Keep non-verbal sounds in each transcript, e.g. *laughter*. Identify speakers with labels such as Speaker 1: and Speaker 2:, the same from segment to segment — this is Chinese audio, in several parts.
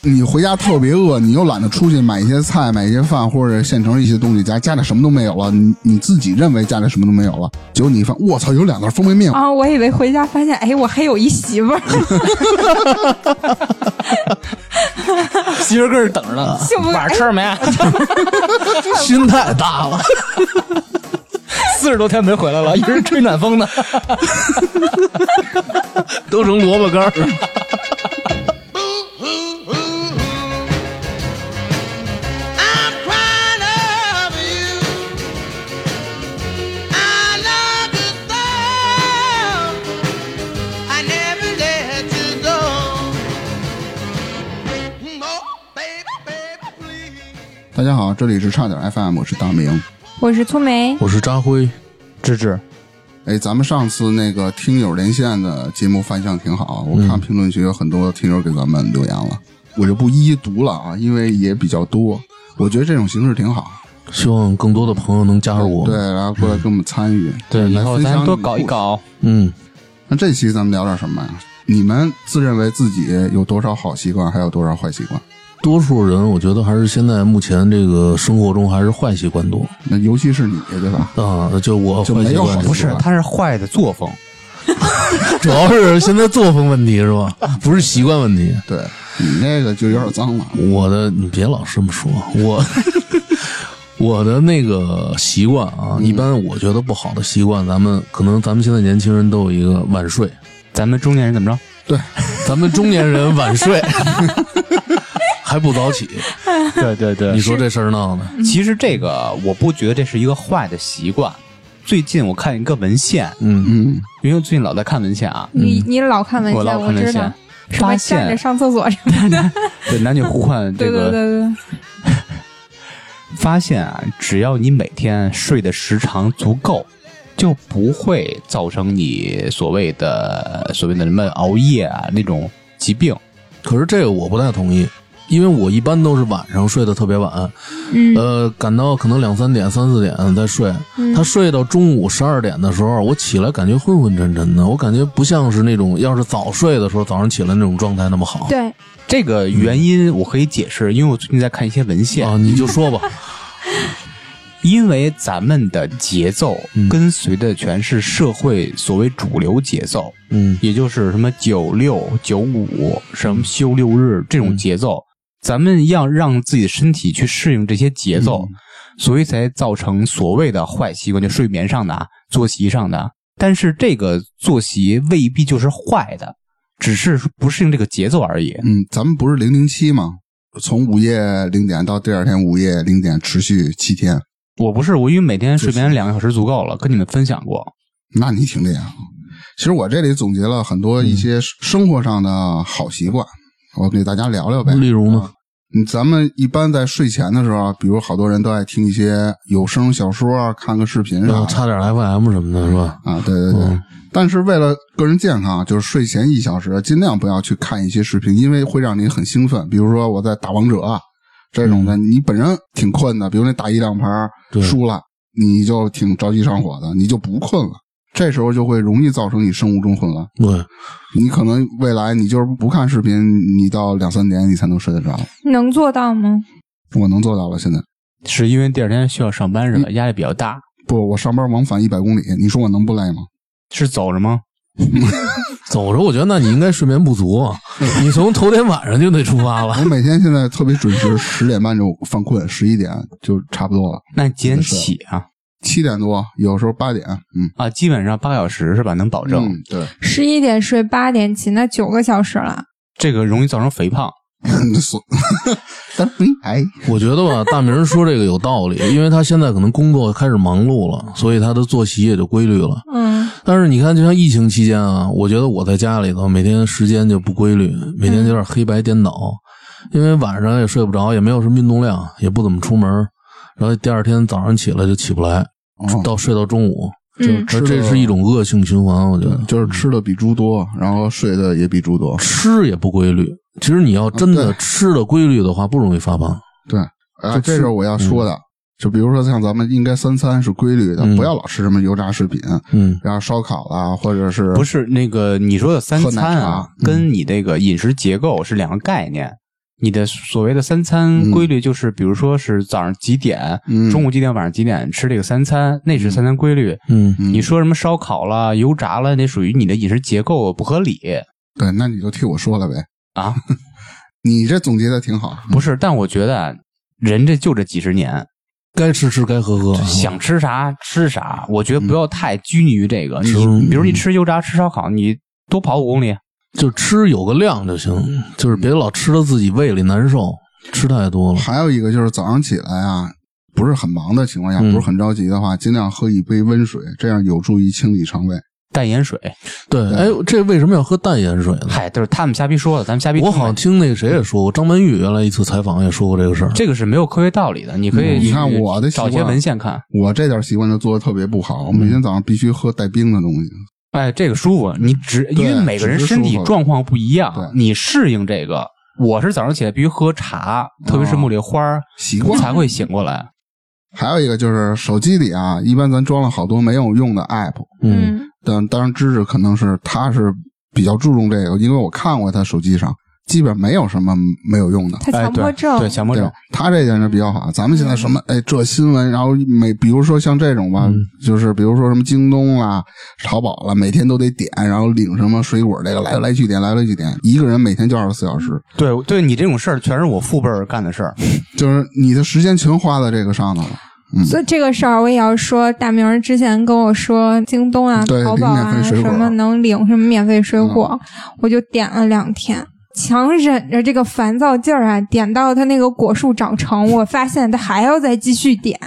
Speaker 1: 你回家特别饿，你又懒得出去买一些菜、买一些饭或者现成一些东西家，家里什么都没有了，你你自己认为家里什么都没有了，结果你一翻，我操，有两袋方便面，
Speaker 2: 啊！我以为回家发现，哎，我还有一媳妇儿，
Speaker 3: 媳妇儿跟这儿等着呢，
Speaker 2: 幸福
Speaker 3: 晚上吃了没？
Speaker 2: *laughs*
Speaker 4: 心太大了。
Speaker 3: 四十多天没回来了，一直吹暖风呢。
Speaker 4: *laughs* 都成萝卜干儿。
Speaker 5: I'm crying over you. I love you so. I never let you go. Oh, baby, baby, please.
Speaker 1: 大家好，这里是差点 FM，我是大明。
Speaker 2: *laughs* 我是粗梅，
Speaker 4: 我是张辉，
Speaker 3: 芝芝，
Speaker 1: 哎，咱们上次那个听友连线的节目反响挺好，啊我
Speaker 3: 嗯
Speaker 1: 看评论区有很多听友给咱们留言了，我就不一一读了啊，因为也比较多。我觉得这种形式挺好，
Speaker 4: 希望更多的朋友能加入我
Speaker 1: 对，
Speaker 4: 们。
Speaker 1: 然后过来跟我们参与，
Speaker 3: 对，以
Speaker 1: 来
Speaker 3: 后
Speaker 1: 分享
Speaker 3: 咱多
Speaker 1: 你的
Speaker 3: 搞一
Speaker 1: 故事。
Speaker 3: 搞。
Speaker 4: 嗯，
Speaker 1: 那这期咱们聊点什么呀？你们自认为自己有多少好习惯，还有多少坏习惯？
Speaker 4: 多数人我觉得还是现在目前这个生活中还是坏习惯多
Speaker 1: 那尤其是你，对 *laughs* 吧？
Speaker 4: 啊，就我
Speaker 1: 就
Speaker 4: 坏
Speaker 1: 没
Speaker 4: 习
Speaker 1: 有
Speaker 4: 惯
Speaker 1: 好
Speaker 4: 多
Speaker 1: 不是他
Speaker 3: 是坏的作风。
Speaker 4: 主要是现在作风问题是吧？不是习惯问题。
Speaker 1: 对你那个就有点脏了。
Speaker 4: 我的，你别老这么说，我 *laughs* 我的那个习惯啊，
Speaker 1: 嗯
Speaker 4: 一般我觉得不好的习惯，咱们可能咱们现在年轻人都有一个晚睡，
Speaker 3: 咱们中年人怎么着？
Speaker 1: 对，
Speaker 4: 咱们中年人晚睡， *laughs* 还不早起，
Speaker 3: 对对对
Speaker 4: 你说这事儿闹的，
Speaker 3: 其实这个我不觉得这是一个坏的习惯。最近我看一个文献，
Speaker 4: 嗯，
Speaker 1: 嗯，
Speaker 3: 因为我最近老在看文献啊，
Speaker 2: 你你老看文
Speaker 3: 我
Speaker 2: 献，
Speaker 3: 老
Speaker 2: 我
Speaker 3: 看文
Speaker 2: 知道
Speaker 3: 献，，
Speaker 2: 什
Speaker 3: 发
Speaker 2: 么站着
Speaker 3: 现
Speaker 2: 上厕所什么的，
Speaker 3: 对男女互换
Speaker 2: *laughs* 对
Speaker 3: 这
Speaker 2: 对对
Speaker 3: 个
Speaker 2: 对，
Speaker 3: 发现啊，只要你每天睡的时长足够，就不会造成你所谓的所谓的什么熬夜啊那种疾病。
Speaker 4: 可是这个我不太同意。因为我一般都是晚上睡得特别晚，
Speaker 2: 嗯
Speaker 4: 呃，赶到可能两三点、三四点再睡。
Speaker 2: 嗯
Speaker 4: 他睡到中午十二点的时候，我起来感觉昏昏沉沉的，我感觉不像是那种要是早睡的时候早上起来那种状态那么好。
Speaker 2: 对，
Speaker 3: 这个原因我可以解释，因为我最近在看一些文献，
Speaker 4: 啊，你就
Speaker 2: *laughs*
Speaker 4: 说吧，
Speaker 3: 因为咱们的节奏
Speaker 4: 嗯
Speaker 3: 跟随的全是社会所谓主流节奏，
Speaker 4: 嗯
Speaker 3: 也就是什么九六、九五、什么休六日这种节
Speaker 1: 嗯
Speaker 3: 奏，咱们要让自己的身体去适应这些节奏，
Speaker 1: 嗯
Speaker 3: 所以才造成所谓的坏习惯，就睡眠上的、啊、作息上的。但是这个作息未必就是坏的，只是不适应这个节奏而已。
Speaker 1: 嗯，咱们不是零零七吗？从午夜零点到第二天午夜零点，持续七天，
Speaker 3: 我不是，我因为每天睡眠两个小时足够了，跟你们分享过。
Speaker 1: 那你挺厉害啊。其实我这里总结了很多一些生活上的好习惯，我给大家聊聊呗。
Speaker 4: 例如呢？
Speaker 1: 嗯，咱们一般在睡前的时候，啊比如好多人都爱听一些有声小说，啊看个视
Speaker 2: 嗯
Speaker 1: 频
Speaker 4: 然
Speaker 1: 啥
Speaker 2: 啊
Speaker 4: 后
Speaker 1: 的。
Speaker 4: 差点 FM 什么的是吧？
Speaker 1: 啊，对对对。
Speaker 4: 嗯
Speaker 1: 但是为了个人健康啊，就是睡前一小时，尽量不要去看一些视频，因为会让你很兴奋。比如说我在打王者啊这种的，你本身挺困的，比如你打一两盘儿
Speaker 4: 嗯对
Speaker 1: 输了，你就挺着急上火的，你就不困了。这时候就会容易造成你生物钟混乱，
Speaker 2: 嗯
Speaker 4: 对，
Speaker 1: 你可能未来你就是不看视频，你到两三点你才能睡得着。
Speaker 2: 能做到吗？
Speaker 1: 我能做到了，现在
Speaker 3: 是因为第二天需要上
Speaker 1: 嗯
Speaker 3: 班是吧？压力比较大，
Speaker 1: 不，我上班往返一百公里，你说我能不累吗？
Speaker 3: 是走着吗？
Speaker 4: 走着，我觉得那你应该睡眠不足
Speaker 2: *laughs*
Speaker 4: 啊，你从头天晚上就得出发了
Speaker 1: 我。每天现在特别准时，十点半就犯困，十一点就差不多了。
Speaker 3: 那几点起啊？
Speaker 1: 七点多，有时候八点，嗯，
Speaker 3: 啊，基本上八个小时是吧？能保证、
Speaker 1: 嗯对， *laughs*
Speaker 2: 十一点睡，八点起，那九个小时了。
Speaker 3: 这个容易造成肥胖。
Speaker 1: 所，但是哎，
Speaker 4: *laughs* 我觉得吧，大明说这个有道理，因为他现在可能工作开始忙碌了，所以他的作息也就规律了。
Speaker 2: 嗯，
Speaker 4: 但是你看，就像疫情期间啊，我觉得我在家里头每天时间就不规律，每天有点黑白颠倒，因为晚上也睡不着，也没有什么运动量，也不怎么出门，然后第二天早上起来就起不来，
Speaker 1: 哦，
Speaker 4: 到睡到中午，
Speaker 2: 嗯
Speaker 4: 这
Speaker 1: 吃
Speaker 4: 这
Speaker 1: 了
Speaker 4: 是一种恶性循环，我觉得
Speaker 1: 对，就是吃的比猪多，然后睡的也比猪多，
Speaker 4: 吃也不规律。其实你要真
Speaker 1: 啊
Speaker 4: 的
Speaker 1: 对
Speaker 4: 吃的规律的话，不容易发胖。
Speaker 1: 对，啊，这
Speaker 4: 就吃
Speaker 1: 是我要说的，就比如说像咱们应该三餐是规律的，
Speaker 4: 嗯
Speaker 1: 不要老吃什么油炸食品，
Speaker 4: 嗯，
Speaker 1: 然后烧烤啦，或者是
Speaker 3: 不是那个你说的三
Speaker 1: 喝奶
Speaker 3: 餐啊
Speaker 1: 茶，
Speaker 4: 嗯
Speaker 3: 跟你这个饮食结构是两个概念。你的所谓的三餐
Speaker 1: 嗯
Speaker 3: 规律就是，比如说是早上几点，
Speaker 1: 嗯
Speaker 3: 中午几点，晚上几点吃这个三餐，那是三餐规律。
Speaker 4: 嗯，
Speaker 1: 嗯
Speaker 3: 你说什么烧烤了、油炸了，那属于你的饮食结构不合理
Speaker 4: 嗯
Speaker 1: 对，那你就替我说了呗。
Speaker 3: 啊。
Speaker 1: *laughs* 你这总结的挺好，
Speaker 3: 不是，但我觉得啊人这就这几十年，
Speaker 4: 该吃吃，该喝喝，啊
Speaker 3: 想吃啥吃啥。我觉得不要太拘泥于这个。你
Speaker 4: 嗯
Speaker 3: 比如你吃油炸、吃烧烤，你多跑五公里，
Speaker 4: 就吃有个量就行，就是别老吃的自己胃里难受，吃太多了。
Speaker 1: 还有一个就是早上起来啊，不是很忙的情况下，
Speaker 4: 嗯
Speaker 1: 不是很着急的话，尽量喝一杯温水，这样有助于清理肠胃。
Speaker 3: 淡盐水。
Speaker 4: 对，哎，这为什么要喝淡盐水呢？
Speaker 3: 嗨，就是他们瞎逼说的，咱们瞎逼。
Speaker 4: 我好像听那个谁也说过，张曼玉原来一次采访也说过这个事儿。
Speaker 3: 这个是没有科学道理的，你可以
Speaker 1: 嗯
Speaker 3: 去
Speaker 1: 你看我的习
Speaker 3: 找
Speaker 1: 惯
Speaker 3: 一些文献看。
Speaker 1: 我这点习惯就做的特别不好，我每天早上必须喝带冰的东西。
Speaker 3: 哎，这个舒服，你只因为每个人身体状况不一样
Speaker 1: 对，
Speaker 3: 你适应这个。我是早上起来必须喝茶，特别是
Speaker 1: 啊
Speaker 3: 茉莉花儿
Speaker 1: 习惯
Speaker 3: 才会醒过来。
Speaker 1: 还有一个就是手机里啊，一般咱装了好多没有用的 app，
Speaker 4: 嗯，
Speaker 2: 嗯
Speaker 1: 但当然芝芝可能是他是比较注重这个，因为我看过他手机上基本没有什么没有用的。
Speaker 2: 他
Speaker 3: 哎，
Speaker 2: 强迫
Speaker 3: 对
Speaker 2: 症，
Speaker 3: 对强迫
Speaker 1: 对
Speaker 3: 症，
Speaker 1: 他这点就比较好。咱们现在什么哎，这新闻，然后每比如说像这种吧，
Speaker 4: 嗯
Speaker 1: 就是比如说什么京东啦、淘宝啦，每天都得点，然后领什么水果这个来来去点，来来去点，一个人每天就二十四小时，
Speaker 3: 对对，你这种事儿全是我父辈儿干的
Speaker 1: *laughs*
Speaker 3: 事儿。
Speaker 1: 就是你的时间全花在这个上头了。
Speaker 4: 嗯
Speaker 2: 所以这个事儿我也要说，大明儿之前跟我说，京东啊、
Speaker 1: 对
Speaker 2: 淘宝
Speaker 1: 领免
Speaker 2: 啊
Speaker 1: 费水
Speaker 2: 什
Speaker 1: 果
Speaker 2: 么能领什么免费水果，
Speaker 4: 嗯
Speaker 2: 我就点了两天。强忍着这个烦躁劲儿啊，点到它那个果树长成，我发现它还要再继续点，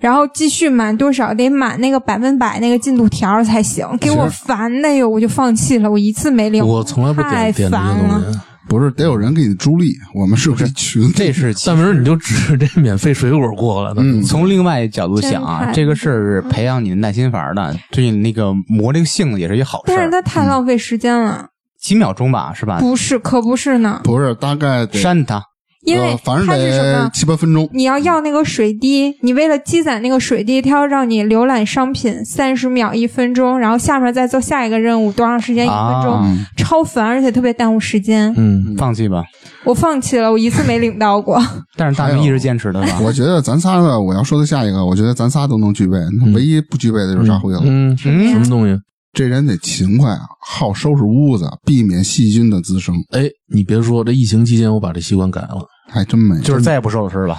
Speaker 2: 然后继续满多少得满那个百分百那个进度条儿才行，给我烦的哟，我就放弃了，我一次没领。
Speaker 4: 我从来不
Speaker 2: 嗯太
Speaker 4: 点点这
Speaker 2: 烦
Speaker 4: 些东
Speaker 2: 了，
Speaker 4: 西。
Speaker 1: 不是得有人给你助力，我们是不是一群？
Speaker 3: *laughs* 这是其
Speaker 4: 大明儿，你就指着这免费水果过来的，
Speaker 1: 嗯，
Speaker 3: 从另外一角度想
Speaker 2: 真
Speaker 3: 啊，
Speaker 2: 太
Speaker 3: 这个事儿是培养你的耐心法儿的，对你那个磨这个性子也是一好事
Speaker 2: 但是
Speaker 3: 儿。
Speaker 2: 它太浪费时间了。
Speaker 3: 几秒钟吧，是
Speaker 4: 嗯
Speaker 3: 吧？
Speaker 2: 不是，可不是呢，
Speaker 1: 不是大概得
Speaker 3: 扇它，
Speaker 2: 因为
Speaker 1: 呃反正
Speaker 4: 嗯
Speaker 2: 它是什么
Speaker 1: 得
Speaker 2: 呢？
Speaker 1: 七八分钟。
Speaker 2: 你要要那个水滴，你为了积攒那个水滴，它要让你浏览商品三十秒、一分钟，然后下面再做下一个任务，多长时间？一分钟，
Speaker 3: 啊
Speaker 1: 嗯，
Speaker 2: 超烦，而且特别耽误时间。
Speaker 4: 嗯，
Speaker 3: 放弃吧。
Speaker 2: 我放弃了，我一次没领到过。 *laughs*
Speaker 3: 但是大明一直坚持的吧？
Speaker 1: 我觉得咱仨的，我要说的下一个，我觉得咱仨都能具备，唯一不具备的就是扎辉了。
Speaker 4: 嗯，
Speaker 3: 嗯
Speaker 4: 什么东西？
Speaker 1: 这人得勤快啊，好收拾屋子，避免细菌的滋生。
Speaker 4: 哎，你别说，这疫情期间我把这习惯改了。
Speaker 1: 还真没，
Speaker 3: 就是再也不收拾了。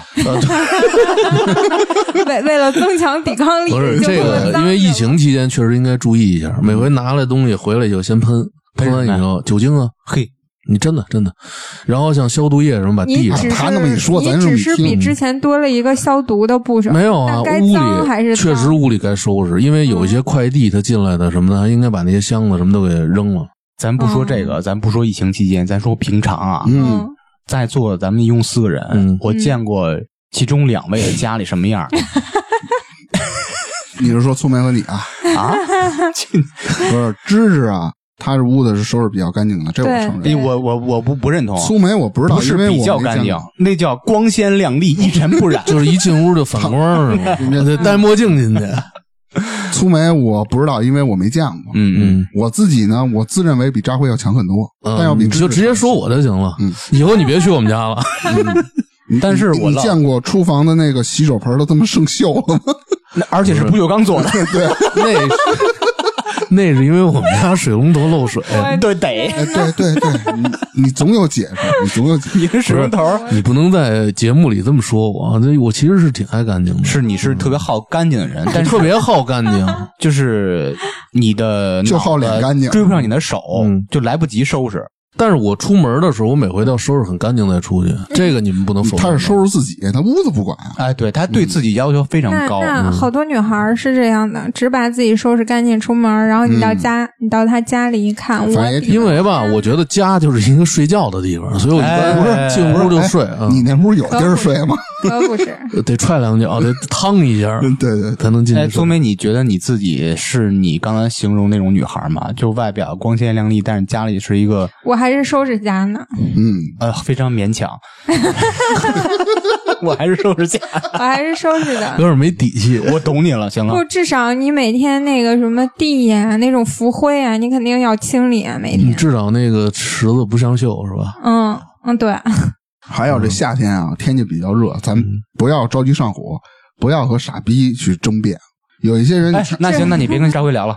Speaker 2: 为为了增强抵抗力，
Speaker 4: 不是
Speaker 2: 就
Speaker 4: 这
Speaker 2: 么
Speaker 4: 个，
Speaker 2: 脏
Speaker 4: 因为疫情期间确实应该注意一下，每回拿来东西回来就先喷，喷完以后酒精啊，
Speaker 3: 嘿，
Speaker 4: 你真的真的，然后像消毒液什么把
Speaker 2: 你
Speaker 4: 地上
Speaker 2: 只是
Speaker 1: 他那么一说咱
Speaker 2: 你只
Speaker 1: 这么
Speaker 2: 是
Speaker 1: 一听
Speaker 2: 比之前多了一个消毒的步骤。
Speaker 4: 没有啊，
Speaker 2: 那该
Speaker 4: 屋
Speaker 2: 脏还
Speaker 4: 里
Speaker 2: 是
Speaker 4: 确
Speaker 2: 脏
Speaker 4: 实屋里该收拾，因为有一些快递它进来的什么的，还应该把那些箱子什么都给
Speaker 2: *laughs*
Speaker 4: 扔了。
Speaker 3: 咱不说这个，咱不说疫情期间，咱说平常啊，
Speaker 1: 嗯，
Speaker 2: 嗯，
Speaker 3: 在座咱们一共四个人，
Speaker 4: 嗯。
Speaker 3: 我见过其中两位的家里什么样、
Speaker 1: 你是说聪明和你啊？
Speaker 3: *laughs* 啊？
Speaker 1: *laughs* 不是，芝芝啊，她这屋子是收拾比较干净的，这我
Speaker 2: 对
Speaker 1: 承
Speaker 3: 哎
Speaker 1: 认。
Speaker 3: 我我我不不认同，
Speaker 1: 苏梅我不知道，
Speaker 3: 不是
Speaker 1: 因为我
Speaker 3: 比
Speaker 1: 没
Speaker 3: 较干净
Speaker 1: 见过，
Speaker 3: 那叫光鲜亮丽，一尘不
Speaker 1: *laughs*
Speaker 3: 染
Speaker 4: 就是一进屋就反光是吗？你得戴墨镜进去。
Speaker 1: 苏梅我不知道，因为我没见过。
Speaker 3: 嗯嗯，
Speaker 1: 我自己呢，我自认为比扎辉要强很多，
Speaker 4: 嗯
Speaker 1: 但要比
Speaker 4: 你
Speaker 1: 芝
Speaker 4: 就
Speaker 1: 芝
Speaker 4: 直接说我就行了
Speaker 1: 嗯。
Speaker 4: 以后你别去我们家了。 *laughs*
Speaker 3: 但是我
Speaker 1: 你
Speaker 3: 老
Speaker 1: 见过厨房的那个洗手盆都他妈生锈了吗？ *laughs*
Speaker 3: 那而且是不锈钢做的，
Speaker 4: 那是 *laughs* 那是因为我们家水龙头漏水，
Speaker 1: *laughs*
Speaker 3: 对得，
Speaker 1: 哎，对对对，你你总有解释，你总有
Speaker 4: *laughs*
Speaker 1: 解释。
Speaker 3: 你是水龙头儿。
Speaker 4: 你不能在节目里这么说我。啊那我其实是挺爱干净的，
Speaker 3: 是你是特别好干净的人，但是
Speaker 4: 特别好干净。
Speaker 3: *laughs* 就是
Speaker 1: *laughs*
Speaker 3: 你的
Speaker 1: 就好脸
Speaker 3: 脑子
Speaker 1: 干净嗯
Speaker 3: 追不上你的手
Speaker 4: 嗯，
Speaker 3: 就来不及收拾。
Speaker 4: 但是我出门的时候，我每回都要收拾很干净再出去，这个你们不能否认。啊
Speaker 1: 他是收拾自己，他屋子不管啊。
Speaker 3: 哎，对他对自己要求非常
Speaker 2: 那
Speaker 3: 高，
Speaker 4: 嗯
Speaker 3: 嗯
Speaker 2: 那好多女孩儿是这样的，只把自己收拾干净出门儿，然后你
Speaker 4: 嗯
Speaker 2: 到家，你到她家里一看，
Speaker 1: 反正也
Speaker 2: 我
Speaker 1: 挺
Speaker 4: 因为吧，我觉得家就是一个睡觉的地方，所以我一
Speaker 3: 哎不是
Speaker 4: 般进屋 *laughs* 就睡啊，
Speaker 1: 哎你那屋有地儿睡吗？
Speaker 2: 可不是。
Speaker 4: 得踹两脚，得趟一下
Speaker 1: *laughs* 对对对，
Speaker 4: 才能进
Speaker 3: 哎，
Speaker 4: 去
Speaker 3: 苏
Speaker 4: 睡。
Speaker 3: 梅，你觉得你自己是你刚才形容那种女孩吗？就外表光鲜亮丽，但是家里是一个
Speaker 2: *laughs* 我还是收拾家呢，
Speaker 1: 嗯，
Speaker 3: 呃非常勉 *laughs* 强。我还是收拾家，
Speaker 2: 我还是收拾的
Speaker 1: *laughs*
Speaker 4: 有。点没底气，
Speaker 3: 我懂你了，行了
Speaker 2: 不，。至少你每天那个什么地呀、那种浮灰啊，你肯定要清理啊，每
Speaker 4: 你
Speaker 2: 天。
Speaker 4: 至少那个池子不上锈是吧？
Speaker 2: 嗯嗯，对，
Speaker 1: 还有这夏天啊，天气比较热，咱
Speaker 4: 嗯
Speaker 1: 不要着急上火，不要和傻逼去争辩。有一些人，
Speaker 3: 哎，那行，那你别跟张辉聊了。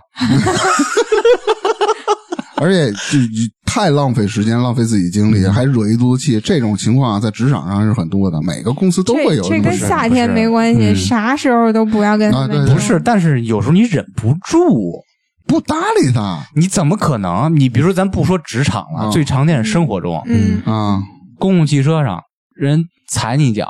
Speaker 1: 而且就就太浪费时间、浪费自己精力，还惹一肚子气，这种情况啊在职场上是很多的，每个公司都会
Speaker 2: 这
Speaker 1: 有
Speaker 2: 这
Speaker 1: 么
Speaker 2: 跟
Speaker 1: 事儿
Speaker 2: 夏天没关系，
Speaker 3: 嗯
Speaker 2: 啥时候都不要跟他
Speaker 1: 啊对
Speaker 2: 们
Speaker 1: 对
Speaker 3: 不是，但是有时候你忍不住，
Speaker 1: 不搭理他
Speaker 3: 你怎么可能？你比如说，咱不说职场了，
Speaker 1: 嗯
Speaker 3: 最常见是生活中，
Speaker 2: 嗯，
Speaker 1: 啊，
Speaker 3: 公共汽车上人踩你一脚，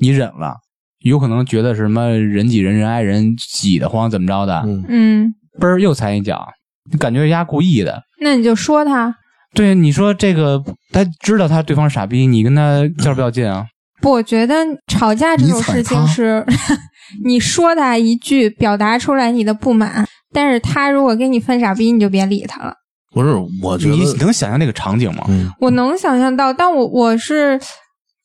Speaker 3: 你忍了，有可能觉得是什么人挤人、人挨人，挤得慌，怎么着的，
Speaker 4: 嗯，
Speaker 2: 嗯，
Speaker 3: 嘣儿、又踩你一脚，你感觉丫故意的。
Speaker 2: 那你就说他
Speaker 3: 对，你说这个，他知道他对方傻逼，你跟他较不较劲啊？
Speaker 2: 不，我觉得吵架这种事情是， *laughs* 你说他一句，表达出来你的不满，但是他如果跟你犯傻逼，你就别理他了。
Speaker 4: 不是，我觉
Speaker 3: 你你
Speaker 4: 得，
Speaker 3: 能想象那个场景吗？
Speaker 4: 嗯，
Speaker 2: 我能想象到，但我我是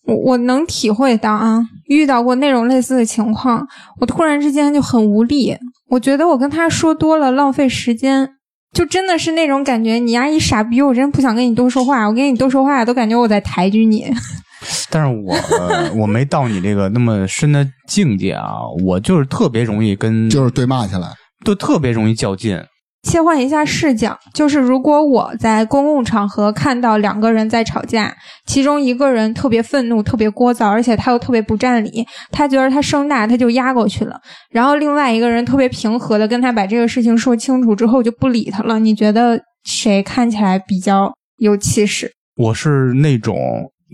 Speaker 2: 我我能体会到啊，遇到过那种类似的情况，我突然之间就很无力，我觉得我跟他说多了，浪费时间。就真的是那种感觉，你丫一傻逼，我真不想跟你多说话，我跟你多说话都感觉我在抬举你。
Speaker 3: 但是我呃我没到你这个那么深的境界啊，我就是特别容易跟，
Speaker 1: 就是对骂起来。
Speaker 3: 就特别容易较劲。
Speaker 2: 切换一下视角，就是如果我在公共场合看到两个人在吵架，其中一个人特别愤怒、特别聒噪，而且他又特别不占理，他觉得他声大，他就压过去了。然后另外一个人特别平和的跟他把这个事情说清楚之后，就不理他了。你觉得谁看起来比较有气势？
Speaker 3: 我是那种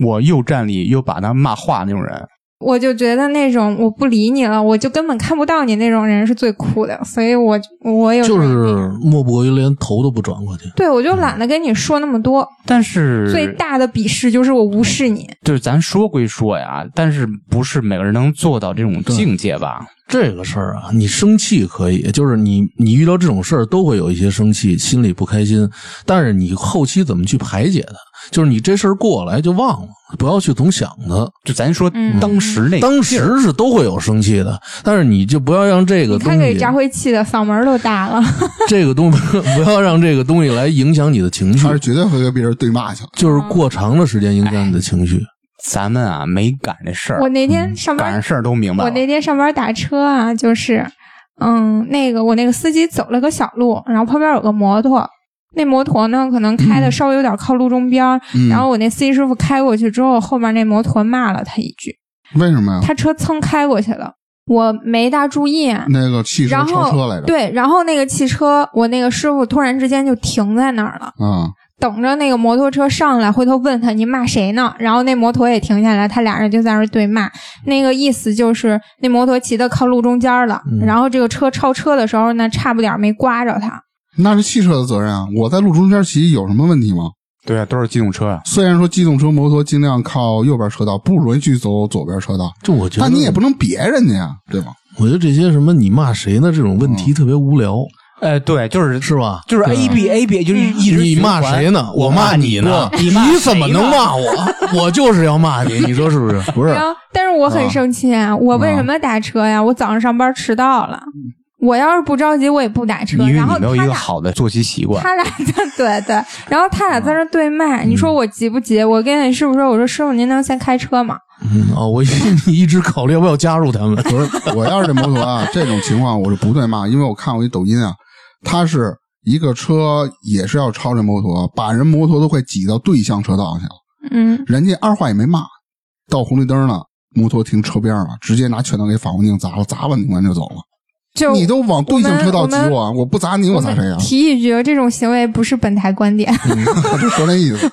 Speaker 3: 我又站立又把他骂化那种人。
Speaker 2: 我就觉得那种我不理你了，我就根本看不到你那种人是最酷的，所以我我有
Speaker 4: 就是莫不过于连头都不转过去。
Speaker 2: 对我就懒得跟你说那么多。
Speaker 3: 但是
Speaker 2: 最大的鄙视就是我无视你，
Speaker 3: 就是咱说归说呀，但是不是每个人能做到这种境界吧？
Speaker 4: 这个事儿啊，你生气可以，就是你你遇到这种事儿都会有一些生气，心里不开心，但是你后期怎么去排解它？就是你这事儿过来就忘了，不要去总想它。
Speaker 3: 就咱说
Speaker 2: 嗯
Speaker 3: 当时那、
Speaker 4: 当时是都会有生气的，但是你就不要让这个
Speaker 2: 你
Speaker 4: 东
Speaker 2: 看给
Speaker 4: 西，
Speaker 2: 扎辉气的嗓门儿都大了。
Speaker 4: 这个东西 *laughs* 不要让这个东西来影响你的情绪
Speaker 1: 他，是绝对会跟别人对骂去了。
Speaker 4: 就是过长的时间影响你的情绪。
Speaker 3: 咱们啊没赶这事儿
Speaker 2: 我，那天上
Speaker 3: 赶
Speaker 2: 班
Speaker 3: 上，事儿都明白
Speaker 2: 我
Speaker 3: 了。
Speaker 2: 那天上班打车啊，就是，嗯，那个我那个司机走了个小路，然后旁边有个摩托，那摩托呢可能开的稍微有点靠路中边儿，
Speaker 1: 嗯
Speaker 2: 然后我那司机师傅开过去之后，后面那摩托骂了他一句，
Speaker 1: 为什么呀？
Speaker 2: 他车蹭开过去了，我没大注意啊，
Speaker 1: 那个汽车
Speaker 2: 然
Speaker 1: 超
Speaker 2: 后
Speaker 1: 车来着，
Speaker 2: 对，然后那个汽车，我那个师傅突然之间就停在那儿了。
Speaker 1: 啊，
Speaker 2: 等着那个摩托车上来，回头问他你骂谁呢？然后那摩托也停下来，他俩人就在那儿对骂。那个意思就是那摩托骑的靠路中间了，
Speaker 4: 嗯
Speaker 2: 然后这个车超车的时候呢，差不点没刮着他。
Speaker 1: 那是汽车的责任啊！我在路中间骑有什么问题吗？
Speaker 3: 对啊，都是机动车啊。
Speaker 1: 虽然说机动车、摩托尽量靠右边车道，不允许走左边车道，
Speaker 4: 就我觉得，
Speaker 1: 但你也不能别人家呀，对吗？
Speaker 4: 我觉得这些什么你骂谁呢这种问题特别无聊，
Speaker 3: 呃，对，就是
Speaker 4: 是吧？
Speaker 3: 就是 A B A B，就是一直
Speaker 4: 你
Speaker 3: 循
Speaker 4: 骂
Speaker 3: 环
Speaker 4: 谁呢？我
Speaker 3: 骂
Speaker 4: 骂你呢？
Speaker 3: 你骂谁
Speaker 4: 怎么能
Speaker 3: 呢 *laughs*
Speaker 4: 骂我？我就是要骂你，你说是不是？
Speaker 1: 不是
Speaker 3: 啊
Speaker 2: 然，后，但是我很生气啊！我为什么打车呀？我早上上班迟到了，我要是不着急，我也不打车。
Speaker 3: 因为
Speaker 2: 然后
Speaker 3: 嗯你没有一
Speaker 2: 他
Speaker 3: 个
Speaker 2: 俩
Speaker 3: 好的作息习惯。
Speaker 2: 他俩在 *laughs* 对对，然后他俩在那儿对骂。
Speaker 3: 嗯
Speaker 2: 你说我急不急？我跟你师傅说，我说师傅您能先开车吗？
Speaker 4: 嗯啊，我一你一直 *laughs* 考虑要不要加入他 *laughs* 们。
Speaker 1: 不是，我要是这摩托啊，这种情况我是不对骂，因为我看过一抖音啊，他是一个车也是要超这摩托，把人摩托都快挤到对向车道去了，
Speaker 2: 嗯，
Speaker 1: 人家二话也没骂，到红绿灯了，摩托停车边了，直接拿拳头给反光镜砸了，砸完拧完就走了。
Speaker 2: 就
Speaker 1: 你都往对向车道
Speaker 2: 我
Speaker 1: 挤
Speaker 2: 们
Speaker 1: 我，啊我不砸你，我砸谁啊呀、
Speaker 2: 提一句，这种行为不是本台观点。
Speaker 1: 我 *laughs* 就说那意思。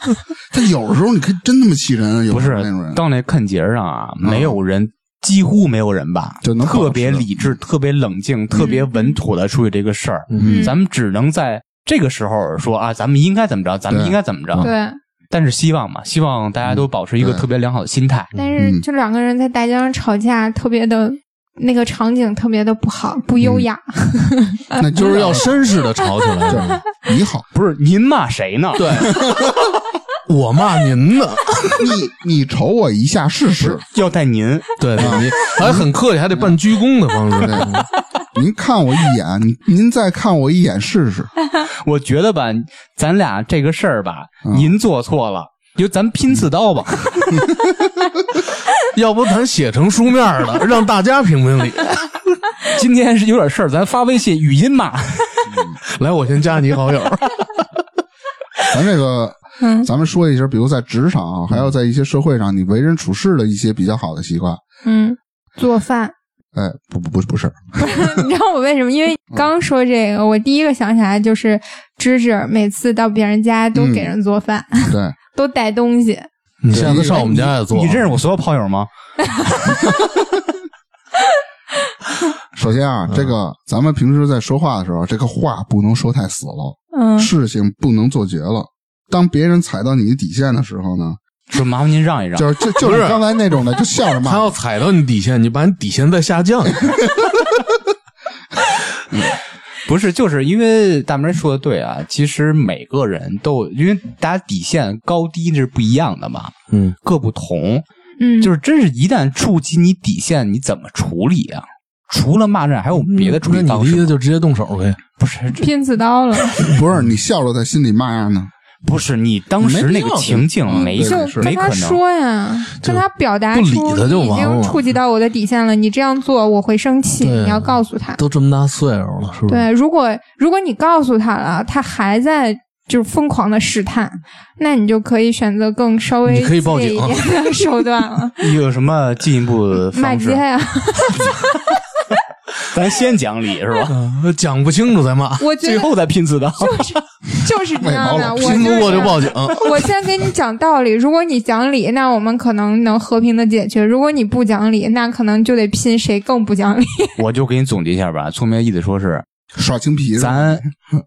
Speaker 1: 他有时候你可以真他妈气人，啊有
Speaker 3: 不
Speaker 1: 时
Speaker 3: 是
Speaker 1: 候那种人，
Speaker 3: 到那看节上啊，没有人，几乎没有人吧，
Speaker 1: 就能保持
Speaker 3: 特别理智、特别冷静、特别稳妥的处理这个事儿。
Speaker 2: 嗯
Speaker 3: 咱们只能在这个时候说啊，咱们应该怎么着，咱们
Speaker 1: 对
Speaker 3: 应该怎么着。
Speaker 2: 对，嗯
Speaker 3: 但是希望嘛，希望大家都保持一个
Speaker 1: 对
Speaker 3: 特别良好的心态。
Speaker 2: 但是
Speaker 1: 嗯
Speaker 2: 就两个人在大街上吵架，特别的那个场景特别的不好，不优雅。
Speaker 1: 那就
Speaker 4: 就是是
Speaker 1: 要
Speaker 4: 要绅士的吵起来，
Speaker 1: 你好，
Speaker 3: 不是您骂谁呢？
Speaker 4: 对， *laughs* 我骂您呢，
Speaker 1: 你你瞅我一下试试。
Speaker 3: 要带您，
Speaker 4: *laughs* 对对，你还很客气，还得半鞠躬的方式。
Speaker 1: 您看我一眼，您您再看我一眼试试。
Speaker 4: 嗯
Speaker 3: 我觉得吧，咱俩这个事儿吧，您做错了，就咱拼刺刀吧。
Speaker 4: *laughs* *laughs* 要不咱写成书面的，让大家评评理。
Speaker 3: 今天是有点事儿，咱发微信语音嘛。
Speaker 4: 来，我先加你好友。
Speaker 1: 咱这
Speaker 2: *laughs*
Speaker 1: 个，
Speaker 2: 嗯
Speaker 1: 咱们说一下，比如在职场，啊还有在一些社会上，你为人处事的一些比较好的习惯。
Speaker 2: 嗯，做 *laughs* 饭。
Speaker 1: 哎，不不不，不
Speaker 2: *laughs*
Speaker 1: 是，
Speaker 2: 你知道我为什么？因为刚说这个，我第一个想起来就是芝芝，每次到别人家都给人做饭，
Speaker 1: 对，
Speaker 2: 都带东西。
Speaker 4: 你下次上我们家也做。
Speaker 3: 你认识我所有炮友吗？
Speaker 1: 首先啊，这
Speaker 4: 嗯
Speaker 1: 个咱们平时在说话的时候，这个话不能说太死了，
Speaker 2: 嗯，
Speaker 1: 事情不能做绝了。当别人踩到你的底线的时候呢，
Speaker 3: 说麻烦您让一让，
Speaker 2: 啊
Speaker 1: 就是
Speaker 4: *laughs*
Speaker 1: 就就
Speaker 4: 不
Speaker 1: 是
Speaker 4: 是
Speaker 1: 刚才那种的，就笑着
Speaker 4: 他
Speaker 1: 骂
Speaker 4: 要。踩到你底线，你把你底线再下降。
Speaker 3: 不是，就是因为大明说的对啊。其实每个人都因为大家底线高低是不一样的嘛，
Speaker 4: 嗯，
Speaker 3: 各不同。
Speaker 2: 嗯，
Speaker 3: 就是是真是一旦触及你底线，你怎么处理啊？除了骂战，还有别的处
Speaker 4: 嗯那
Speaker 3: 理
Speaker 4: *laughs* 你
Speaker 3: 方
Speaker 4: 的意
Speaker 3: 式吗？
Speaker 4: 思就直接动手呗？
Speaker 3: 不是，这
Speaker 2: 拼刺刀了，
Speaker 1: 不是你 *laughs* 笑着在心里骂呀呢，
Speaker 3: 不是你当时那个情境
Speaker 4: 嗯
Speaker 1: 没
Speaker 3: 没
Speaker 1: 必要
Speaker 2: 就
Speaker 1: 对是
Speaker 2: 跟
Speaker 3: 没可
Speaker 2: 他
Speaker 3: 能。
Speaker 2: 说呀，
Speaker 4: 就
Speaker 2: 跟他表达
Speaker 4: 不理
Speaker 2: 出
Speaker 4: 他就
Speaker 2: 你已
Speaker 4: 完了
Speaker 2: 经触及到我的底线了，你这样做我会生气，
Speaker 4: 对
Speaker 2: 你要告诉他。
Speaker 4: 都这么大岁数了，是不是？
Speaker 2: 对，如果如果你告诉他了，他还在就是疯狂的试探，那你就可以选择更稍微
Speaker 4: 你可以报警
Speaker 2: 激烈一点的 *laughs* 手段
Speaker 4: *laughs*
Speaker 2: 了，
Speaker 3: 有什么进一步
Speaker 2: 骂
Speaker 3: 方式
Speaker 2: 街？呀、
Speaker 3: 咱先讲理是吧？
Speaker 4: 嗯，讲不清楚再骂，
Speaker 2: 我觉
Speaker 3: 最
Speaker 2: 得
Speaker 3: 后再拼刺刀。
Speaker 2: 就是这样
Speaker 1: 喂毛
Speaker 2: 的，
Speaker 1: 老
Speaker 2: 啊我
Speaker 1: 师
Speaker 4: 拼不过
Speaker 2: 就
Speaker 4: 就是报警。 *laughs*
Speaker 2: 我先跟你讲道理，如果你讲理，那我们可能能和平的解决；如果你不讲理，那可能就得拼谁更不讲理。
Speaker 3: *laughs* 我就给你总结一下吧，聪明的意思说是，
Speaker 1: 耍青皮是吧
Speaker 3: 咱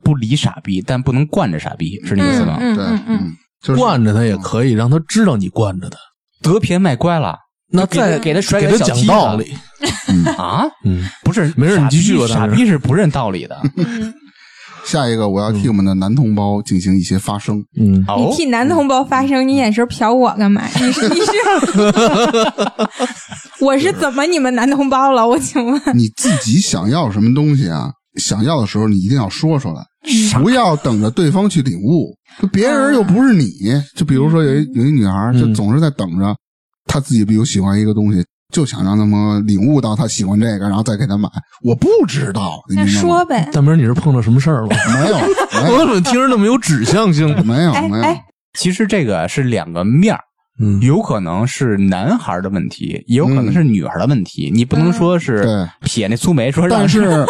Speaker 3: 不理傻逼，但不能惯着傻逼，是那意思吗？
Speaker 2: 嗯
Speaker 1: 对
Speaker 2: 嗯，嗯
Speaker 1: 嗯，就是
Speaker 4: 惯着他也可以，让他知道你惯着他。
Speaker 3: 得偏卖乖了
Speaker 4: 那
Speaker 3: 给他
Speaker 4: 再
Speaker 3: 给他甩
Speaker 4: 给
Speaker 3: 点
Speaker 4: 他
Speaker 3: 小
Speaker 4: 讲
Speaker 3: 梯子
Speaker 4: 道理，
Speaker 3: 啊？
Speaker 4: 嗯，
Speaker 3: 不是，
Speaker 4: 没事
Speaker 3: 傻
Speaker 4: 你继续
Speaker 3: 逼
Speaker 4: 吧大
Speaker 3: 傻
Speaker 4: 明
Speaker 3: 逼是不认道理 *laughs* 的。
Speaker 1: 下一个，我要替我们的男同胞进行一些发声。
Speaker 4: 嗯，
Speaker 3: 哦
Speaker 2: 你替男同胞发声，你眼神瞟我干嘛？你是
Speaker 4: *laughs*
Speaker 2: 你是， *laughs* 我是怎么你们男同胞了？我请问， *laughs*
Speaker 1: 你自己想要什么东西啊？ *laughs* 想要的时候，你一定要说出来，
Speaker 2: 嗯
Speaker 1: 不要等着对方去领悟。就别人又不是你，就比如说有一有一女
Speaker 2: 嗯
Speaker 1: 孩，就总是在等着她自己，比如喜欢一个东西，就想让他们领悟到她喜欢这个，然后再给她买。我不知道，你
Speaker 2: 那
Speaker 1: 明白吗
Speaker 2: 说呗。
Speaker 4: 大明，你是碰到什么事
Speaker 2: *laughs*
Speaker 4: 儿了？
Speaker 1: 没有，
Speaker 4: 我怎么听着那么有指向性呢？
Speaker 1: 没有，
Speaker 2: *laughs* 哎
Speaker 1: 没有，没有
Speaker 2: 哎，
Speaker 3: 其实这个是两个面儿，
Speaker 4: 嗯，
Speaker 3: 有可能是男孩的问题，也有可能是女孩的问题。你不能说是
Speaker 1: 对
Speaker 3: 撇那粗眉说让，
Speaker 1: 但是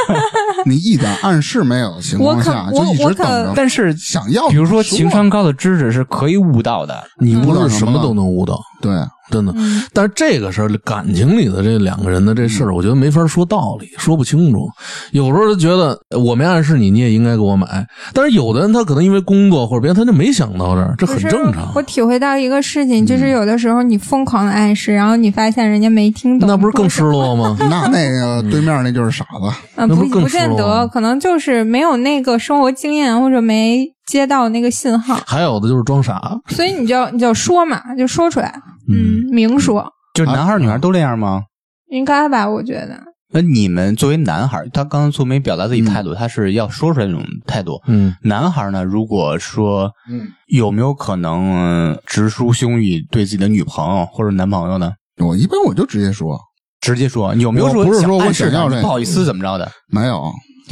Speaker 1: 你一点暗示没有的情况下，
Speaker 2: 我
Speaker 1: 就
Speaker 2: 可
Speaker 1: 一
Speaker 2: 我
Speaker 1: 直
Speaker 2: 我可
Speaker 1: 等着
Speaker 3: 但是
Speaker 1: 想要。
Speaker 3: 比如说情商高的知识是可以悟到的，
Speaker 4: 你不是什么都能悟到，
Speaker 1: 对，
Speaker 2: *laughs*
Speaker 4: 真的。
Speaker 2: 嗯
Speaker 4: 但是这个事儿，感情里的这两个人的这事儿，我觉得没法说道理，说不清楚。有时候就觉得呃我没暗示你，你也应该给我买。但是有的人他可能因为工作或者别的，他就没想到这儿，这
Speaker 2: 不
Speaker 4: 很
Speaker 2: 是
Speaker 4: 正常
Speaker 2: 我。体会到一个事情，就是有的时候你疯狂的暗示，然后你发现人家没听懂，
Speaker 4: 那不是更失落吗？
Speaker 2: *laughs*
Speaker 1: 那那个对面那就是傻子，
Speaker 2: 嗯，不
Speaker 4: 那不是更
Speaker 2: 不见
Speaker 4: 失落
Speaker 2: 得，
Speaker 4: 吗
Speaker 2: 可能就是没有那个生活经验，或者没接到那个信号，
Speaker 4: 还有的就是装傻，
Speaker 2: 所以你就你就说嘛，就说出来，嗯，明说
Speaker 3: 就男孩儿女孩儿都这样吗？
Speaker 2: 应该吧，我觉得，
Speaker 3: 那你们作为男孩儿，他刚刚粗眉表达自己态
Speaker 1: 嗯
Speaker 3: 度，他是要说出来这种态度。
Speaker 4: 嗯，
Speaker 3: 男孩儿呢，如果说
Speaker 1: 嗯，
Speaker 3: 有没有可能呃直抒胸臆对自己的女朋友或者男朋友呢？
Speaker 1: 我一般我就直接说
Speaker 3: 直接说有没有
Speaker 1: 我
Speaker 3: 说
Speaker 1: 不是说我
Speaker 3: 暗示
Speaker 1: 想要
Speaker 3: 他
Speaker 1: 这
Speaker 3: 不好意思怎么着的？
Speaker 1: 没有，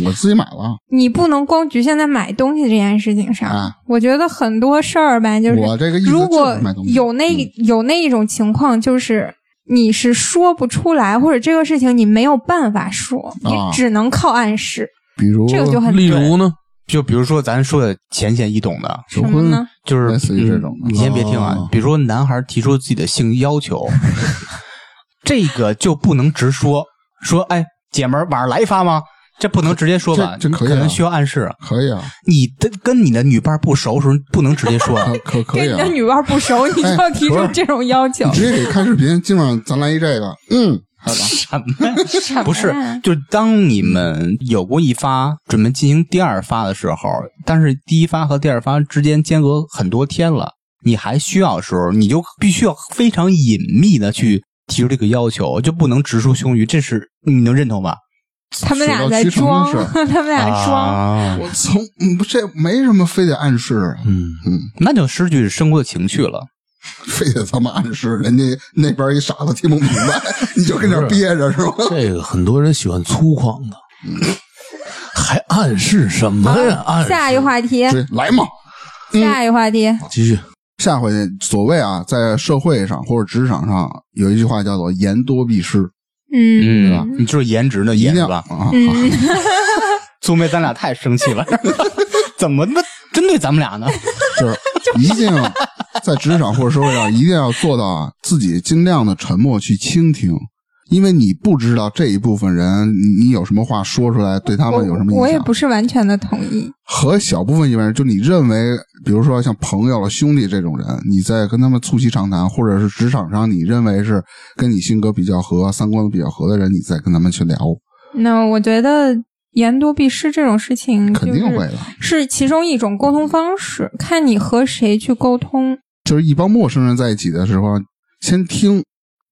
Speaker 1: 我自己买了。
Speaker 2: 你不能光局限在买东西这件事情上，
Speaker 1: 啊
Speaker 2: 我觉得很多事儿吧，就是
Speaker 1: 我这个意思
Speaker 2: 如
Speaker 1: 就
Speaker 2: 果
Speaker 1: 是买东西
Speaker 2: 有那、
Speaker 1: 嗯
Speaker 2: 有那一种情况，就是你是说不出来，或者这个事情你没有办法说，你
Speaker 1: 啊
Speaker 2: 只能靠暗示，
Speaker 1: 比哦如
Speaker 2: 这个就很
Speaker 4: 例如呢，
Speaker 3: 就比如说咱说的浅显易懂的，
Speaker 1: 求
Speaker 2: 什么
Speaker 1: 婚
Speaker 2: 呢？
Speaker 3: 就是
Speaker 1: 类似于这种的
Speaker 3: 嗯你先别听啊
Speaker 4: 哦，
Speaker 3: 比如说男孩提出自己的性
Speaker 1: *laughs*
Speaker 3: 要求，这个就不能直说，说哎姐们儿晚上来一发吗？这不能直接说吧，
Speaker 1: 这这可以啊
Speaker 3: 能需要暗示。
Speaker 1: 可以啊，
Speaker 3: 你的跟你的女伴不熟的时候，不能直
Speaker 2: *laughs*
Speaker 3: 接说。
Speaker 1: 可可可
Speaker 2: 跟
Speaker 1: 以
Speaker 2: 你
Speaker 1: 啊
Speaker 2: 的。女伴
Speaker 1: *laughs*
Speaker 2: 不熟，你就
Speaker 1: 哎
Speaker 2: 要提
Speaker 1: 不
Speaker 2: 出
Speaker 1: 是
Speaker 2: 这种要求
Speaker 1: 你，直接给开视频，今晚咱来一这个， *laughs* 嗯，还有啥？
Speaker 3: 什么呀？
Speaker 2: 什么哎呀
Speaker 3: 不是，就当你们有过一发，准备进行第二发的时候，但是第一发和第二发之间间隔很多天了，你还需要的时候，你就必须要非常隐秘的去提出这个要求，就不能直抒胸臆，这是你能认同吧？
Speaker 2: 他们俩
Speaker 1: 水到
Speaker 2: 在
Speaker 1: 渠成
Speaker 2: 装，
Speaker 1: 的
Speaker 2: *laughs* 他们俩装。
Speaker 3: 啊，
Speaker 1: 我从嗯不这没什么非得暗示啊，
Speaker 4: 嗯，
Speaker 3: 那就失去生活的情趣了。
Speaker 1: 非得他妈暗示人家那边一傻子听不明白， *laughs* 你就跟这儿
Speaker 4: 不是
Speaker 1: 憋着是吗？
Speaker 4: 这个很多人喜欢粗犷的，还暗示什么呀？暗示
Speaker 2: 啊下一话题，
Speaker 1: 对，来嘛。
Speaker 2: 哎
Speaker 1: 嗯
Speaker 2: 下一话题，
Speaker 4: 继续，
Speaker 1: 下回所谓啊，在社会上或者职场上有一句话叫做“言多必失
Speaker 2: 嗯，
Speaker 3: 嗯，你就是颜值呢，”，
Speaker 1: 一定
Speaker 3: 颜值
Speaker 1: 要
Speaker 3: 吧。
Speaker 1: 啊，
Speaker 3: 苏梅，咱俩太生
Speaker 2: *laughs*
Speaker 3: 气了，怎么那么针对咱们俩呢？
Speaker 1: 就是一定要在职场或者社会上一定要做到啊，自己尽量的沉默去倾听，因为你不知道这一部分人你你有什么话说出来对他们有什么影响。
Speaker 2: 我也不是完全的同意，
Speaker 1: 和小部分一般人，就你认为，比如说像朋友了、兄弟这种人，你在跟他们促膝长谈，或者是职场上你认为是跟你性格比较合、三观比较合的人，你再跟他们去聊，
Speaker 2: 那我觉得言多必失这种事情、嗯就是，
Speaker 1: 肯定会的。
Speaker 2: 是其中一种沟通方式，看你和谁去沟通。
Speaker 1: 就是一帮陌生人在一起的时候，先听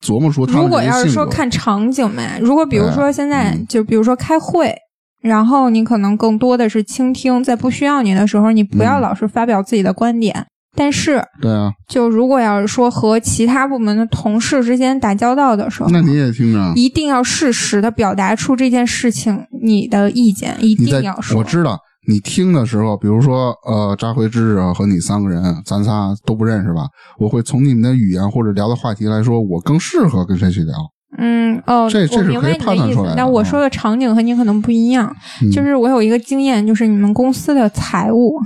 Speaker 1: 琢磨出他
Speaker 2: 如
Speaker 1: 们
Speaker 2: 果要
Speaker 1: 的
Speaker 2: 是
Speaker 1: 性
Speaker 2: 说
Speaker 1: 格。
Speaker 2: 看场景嘛，如果比如说现在、
Speaker 1: 嗯
Speaker 2: 就比如说开会，然后你可能更多的是倾听，在不需要你的时候，你不要
Speaker 1: 嗯
Speaker 2: 老是发表自己的观点。但是，
Speaker 1: 对啊，
Speaker 2: 就如果要是说和其他部门的同事之间打交道的时候，嗯
Speaker 1: 那你也听着啊，
Speaker 2: 一定要适时的表达出这件事情你的意见，一
Speaker 1: 你在
Speaker 2: 定要说。
Speaker 1: 我知道你听的时候，比如说呃，扎辉、芝芝和你三个人，咱仨都不认识吧？我会从你们的语言或者聊的话题来说，我更适合跟谁去聊。
Speaker 2: 嗯哦，
Speaker 1: 这这
Speaker 2: 我
Speaker 1: 是
Speaker 2: 明
Speaker 1: 可以
Speaker 2: 白你
Speaker 1: 判
Speaker 2: 的
Speaker 1: 断
Speaker 2: 意
Speaker 1: 出来。
Speaker 2: 思
Speaker 1: 的啊
Speaker 2: 但我说的场景和你可能不一样。
Speaker 1: 嗯
Speaker 2: 就是我有一个经验，就是你们公司的财务，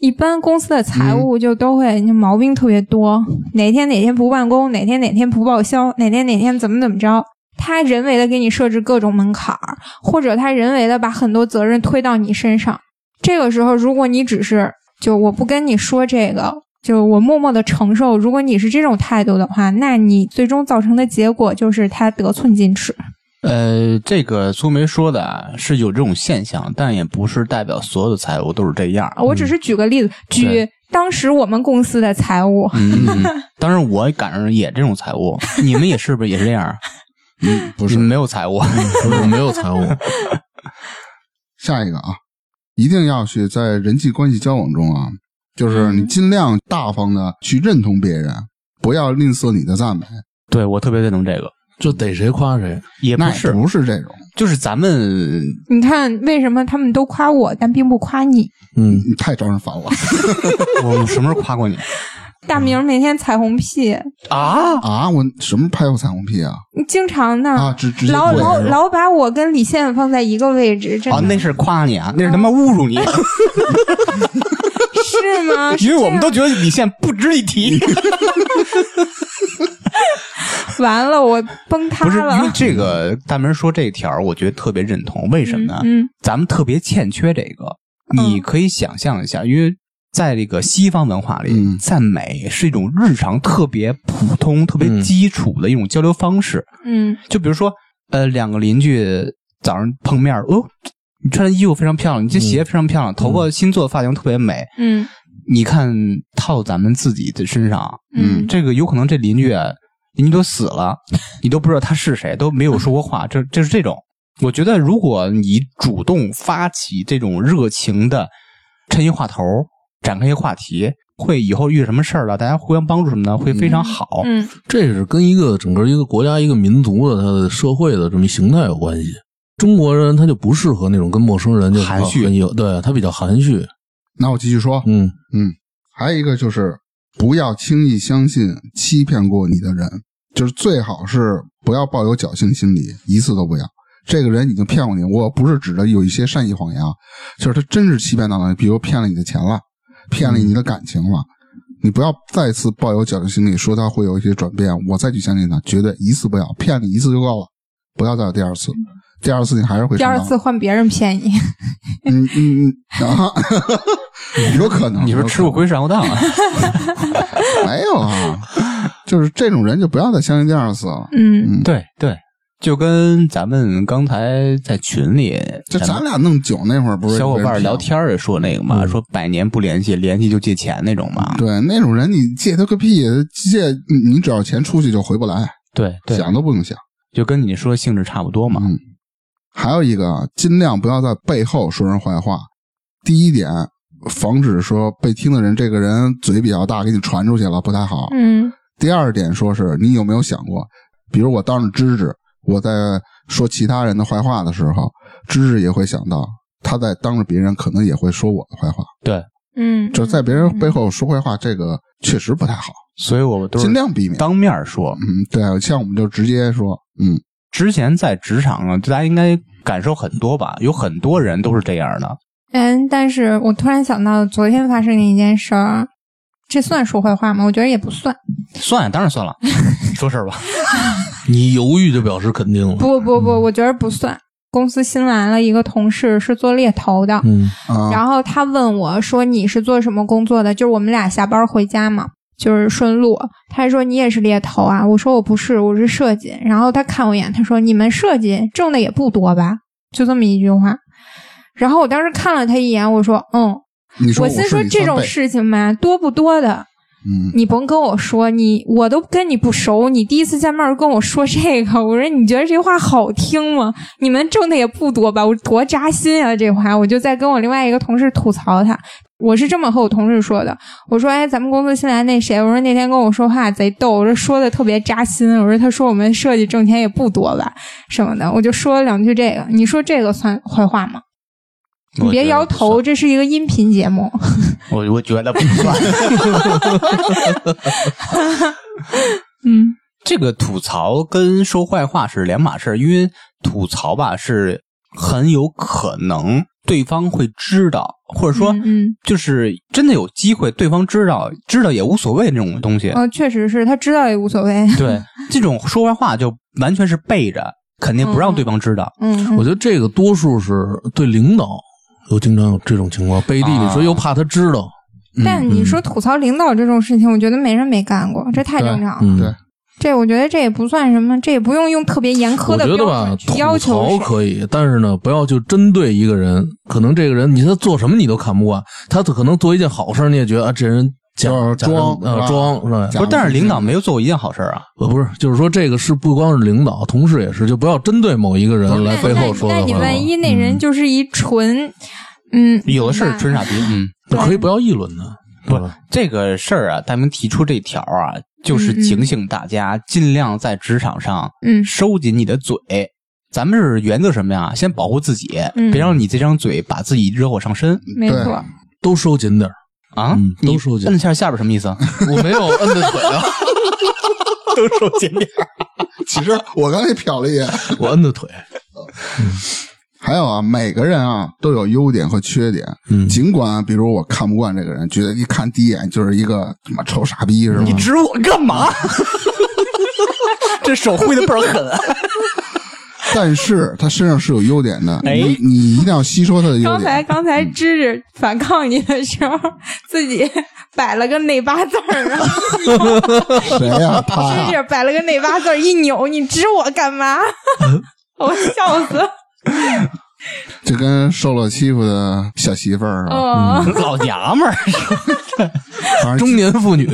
Speaker 2: 一般公司的财务就都会就毛病特别多，哪天哪天不办公，哪天哪天不报销，哪天哪天怎么怎么着。他人为的给你设置各种门槛儿，或者他人为的把很多责任推到你身上。这个时候，如果你只是就我不跟你说这个，就我默默的承受，如果你是这种态度的话，那你最终造成的结果就是他得寸进尺。
Speaker 3: 呃，这个苏梅说的啊，是有这种现象，但也不是代表所有的财务都是这样儿。
Speaker 2: 啊我只是举个例子，举
Speaker 3: 对
Speaker 2: 当时我们公司的财务，
Speaker 3: 嗯，嗯嗯当然我赶上也这种
Speaker 2: *laughs*
Speaker 3: 财务，你们也是不是也是这样儿？
Speaker 1: 嗯，不
Speaker 3: 不
Speaker 1: 是
Speaker 3: 没有财务，
Speaker 4: 不是没有财务，
Speaker 1: 下一个啊，一定要去在人际关系交往中啊，就是你
Speaker 2: 嗯
Speaker 1: 尽量大方的去认同别人，不要吝啬你的赞美。
Speaker 3: *laughs* 对我特别认同这个，
Speaker 4: 就逮谁夸谁。
Speaker 3: 也不
Speaker 1: 那
Speaker 3: 是，
Speaker 1: 不是这种，
Speaker 3: 就是咱们
Speaker 2: 你看为什么他们都夸我，但并不夸你？
Speaker 4: 嗯，
Speaker 1: 你太招人烦了
Speaker 3: 我什么时候夸过你
Speaker 2: 大明每天彩虹屁，
Speaker 3: 啊？
Speaker 1: 啊！我什么时候拍过彩虹屁啊？
Speaker 2: 你经常呢，
Speaker 1: 啊，直直接
Speaker 2: 老
Speaker 1: 跪
Speaker 2: 老
Speaker 1: 是吧
Speaker 2: 老把我跟李现放在一个位置，真的、
Speaker 3: 啊，那是夸你啊，那是他妈
Speaker 2: *laughs*
Speaker 3: 侮辱你， *laughs*
Speaker 2: 是吗？
Speaker 3: 因为我们
Speaker 2: 是这
Speaker 3: 都
Speaker 2: 样
Speaker 3: 觉得李现不值一
Speaker 2: *laughs*
Speaker 3: 提。
Speaker 2: 完了，我崩塌
Speaker 3: 不是因为
Speaker 2: 了。
Speaker 3: 这个大明说这条儿，我觉得特别认同。为什么呢？
Speaker 2: 嗯，嗯
Speaker 3: 咱们特别欠缺这个。你可以想象一下，因为在这个西方文化里，
Speaker 1: 嗯
Speaker 3: 赞美是一种日常特别普通、特别
Speaker 4: 嗯
Speaker 3: 基础的一种交流方式。
Speaker 2: 嗯
Speaker 3: 就比如说，呃，两个邻居早上碰面儿，哦，你穿的衣服非常漂亮，你这鞋非常漂亮，头发新做的发型特别美。
Speaker 2: 嗯
Speaker 3: 你看套咱们自己的身上，
Speaker 2: 嗯
Speaker 3: 这个有可能这邻居啊邻居都死了，你都不知道他是谁，都没有说过话，这这是这种。我觉得如果你主动发起这种热情的，趁一话头儿展开一个话题，会以后遇什么事儿了，大家互相帮助什么的，会非常好。
Speaker 2: 嗯
Speaker 4: 这是跟一个整个一个国家、一个民族的它的社会的这么一形态有关系。中国人他就不适合那种跟陌生人就
Speaker 3: 含蓄，
Speaker 4: 有对他比较含蓄。
Speaker 1: 那我继续说，
Speaker 4: 嗯，
Speaker 1: 还有一个就是不要轻易相信欺骗过你的人，就是最好是不要抱有侥幸心理，一次都不要。这个人已经骗过你，我不是指着有一些善意谎言，啊，就是他真是欺骗到了你，比如骗了你的钱了，骗了你的感情了，你不要再次抱有侥幸心理，说他会有一些转变，我再去相信他，绝对一次不要，骗你一次就够了，不要再有第二次，第二次你还是会
Speaker 2: 嗯第
Speaker 1: 上
Speaker 2: 二
Speaker 1: 当
Speaker 2: 次换别人便宜，
Speaker 1: 嗯嗯嗯啊， *laughs* 有可能，
Speaker 3: 你说
Speaker 1: 有
Speaker 3: 吃
Speaker 1: 可
Speaker 3: 过
Speaker 1: 能
Speaker 3: 亏上过当啊？
Speaker 1: 没有啊，就是这种人就不要再相信第二次了。
Speaker 2: 嗯
Speaker 1: 嗯，
Speaker 3: *laughs* 对对，就跟咱们刚才在群里，
Speaker 1: 就咱
Speaker 3: 们
Speaker 1: 俩弄酒那会儿不是
Speaker 3: 小伙伴
Speaker 1: 被
Speaker 3: 儿
Speaker 1: 人
Speaker 3: 聊
Speaker 1: 骗
Speaker 3: 天儿也说那个嘛，
Speaker 4: 嗯
Speaker 3: 说百年不联系，联系就借钱那种嘛
Speaker 1: 吗。。对那种人，你借他个屁！借你只要钱出去就回不来，
Speaker 3: 对对，
Speaker 1: 想都不用想。
Speaker 3: 就跟你说性质差不多嘛。
Speaker 1: 嗯还有一个，尽量不要在背后说人坏话。第一点，防止说被听的人这个人嘴比较大，给你传出去了不太好。
Speaker 2: 嗯
Speaker 1: 第二点说是你有没有想过，比如我当着芝芝，我在说其他人的坏话的时候，芝芝也会想到。他在当着别人，可能也会说我的坏话，
Speaker 2: 嗯，
Speaker 1: 就是在别人背后说坏话，这个确实不太好，
Speaker 3: 所以我们都是
Speaker 1: 尽量避免。
Speaker 3: 当面说。
Speaker 1: 嗯，对，像我们就直接说，嗯，
Speaker 3: 之前在职场上，大家应该感受很多吧？有很多人都是这样的。
Speaker 2: 嗯，但是我突然想到昨天发生的一件事儿，啊这算说坏话吗？我觉得也不算。
Speaker 3: 算了，当然算了。 *laughs* 说事儿吧，
Speaker 4: 你犹豫就表示肯定了。
Speaker 2: 不不
Speaker 1: 嗯
Speaker 2: 不，我觉得不算。公司新来了一个同事是做猎头的，
Speaker 4: 嗯
Speaker 1: 啊、
Speaker 2: 然后他问我说：“你是做什么工作的？”就是我们俩下班回家嘛，就是顺路。他说：“你也是猎头啊？”我说：“我不是，我是设计。”然后他看我一眼，他说：“你们设计挣的也不多吧？”就这么一句话。然后我当时看了他一眼，我说：“嗯。
Speaker 1: 你”说
Speaker 2: 我
Speaker 1: 我
Speaker 2: 心
Speaker 1: 是
Speaker 2: 说
Speaker 1: 你
Speaker 2: 这
Speaker 1: 三
Speaker 2: 种
Speaker 1: 倍，
Speaker 2: 事情嘛，多不多的，
Speaker 1: 嗯，
Speaker 2: 你甭跟我说，你我都跟你不熟，你第一次见面就跟我说这个，我说你觉得这话好听吗？你们挣的也不多吧？我多扎心啊！这话我就在跟我另外一个同事吐槽他，我是这么和我同事说的，我说哎，咱们公司新来那谁，我说那天跟我说话贼逗，我说说的特别扎心，我说他说我们设计挣钱也不多吧什么的，我就说了两句这个，你说这个算坏话吗？你别摇头，这是一个音频节目。
Speaker 3: 我觉得不算。我我觉得不算。
Speaker 2: 嗯
Speaker 3: 这个吐槽跟说坏话是两码事儿，因为吐槽吧是很有可能对方会知道，或者说
Speaker 2: 嗯嗯
Speaker 3: 就是真的有机会对方知道，知道也无所谓这种东西。
Speaker 2: 哦，确实是他知道也无所谓。
Speaker 3: 对，这种说坏话就完全是背着，肯定不让对方知道。
Speaker 2: 嗯，
Speaker 4: *laughs* 我觉得这个多数是对领导有经常有这种情况，背地里说
Speaker 3: 啊
Speaker 4: 又怕他知道，嗯
Speaker 2: 但你说吐槽领导这种事情，我觉得没人没干过，这太正常了。
Speaker 4: 嗯，
Speaker 1: 对
Speaker 2: 这我觉得这也不算什么，这也不用用特别严苛
Speaker 4: 我
Speaker 2: 的
Speaker 4: 觉得
Speaker 2: 标
Speaker 4: 吧
Speaker 2: 准，去要
Speaker 4: 吐
Speaker 2: 求
Speaker 4: 槽
Speaker 2: 谁。
Speaker 4: 可以，但是呢，不要就针对一个人。可能这个人，你他做什么你都看不惯，他可能做一件好事儿，你也觉得啊，这人假
Speaker 1: 就是
Speaker 4: 假
Speaker 1: 装
Speaker 4: 啊
Speaker 1: 啊
Speaker 4: 装是吧
Speaker 1: 假？
Speaker 3: 不是，但是领导没有做过一件好事儿啊。
Speaker 4: 呃不是，就是说这个是不光是领导，同事也是，就不要针对某一个人来
Speaker 2: 那
Speaker 4: 背后说
Speaker 2: 那
Speaker 4: 的
Speaker 2: 那你
Speaker 4: 坏话嗯
Speaker 2: 万一那人就是一纯，嗯，
Speaker 3: 有的是纯傻逼，嗯，
Speaker 4: 可以不要议论呢，对吧？
Speaker 3: 这个事儿啊，大明提出这条啊，就是警醒大家，尽量在职场上
Speaker 2: 嗯
Speaker 3: 收紧你的嘴。咱们是原则什么呀？先保护自己，
Speaker 2: 嗯
Speaker 3: 别让你这张嘴把自己惹火上身
Speaker 2: 没错，
Speaker 4: 都收紧点儿。
Speaker 3: 啊！
Speaker 4: 嗯
Speaker 3: 你
Speaker 4: 都收紧
Speaker 3: 摁下下边什么意 *laughs* 思？
Speaker 4: 我没有摁的腿啊，
Speaker 3: *laughs* 都收紧点。
Speaker 1: 其实我刚才瞟了一眼。
Speaker 4: 我摁的腿。
Speaker 1: 还有啊，每个人啊都有优点和缺点，
Speaker 4: 嗯
Speaker 1: 尽管、比如我看不惯这个人，觉得一看第一眼就是一个他妈臭傻逼是吧？
Speaker 3: *laughs* 你指我干嘛？ *laughs* 这手挥的倍儿狠啊！
Speaker 1: 但是他身上是有优点的，
Speaker 3: 哎
Speaker 1: 你你一定要吸收他的优
Speaker 2: 刚才
Speaker 1: 点。
Speaker 2: 刚
Speaker 4: 嗯
Speaker 2: 才芝芝反抗你的时候，自己 *laughs* 摆了个内八字儿，然后
Speaker 1: 谁呀、他啊
Speaker 2: 芝
Speaker 1: 呀、
Speaker 2: 芝摆了个内八字儿一扭，你指我干嘛？ *laughs* 我笑死。
Speaker 4: *laughs*
Speaker 1: 就跟受了欺负的小媳妇儿啊，
Speaker 2: 嗯，
Speaker 3: *laughs* 老娘们儿， *laughs*
Speaker 1: 反正
Speaker 4: 中年妇女，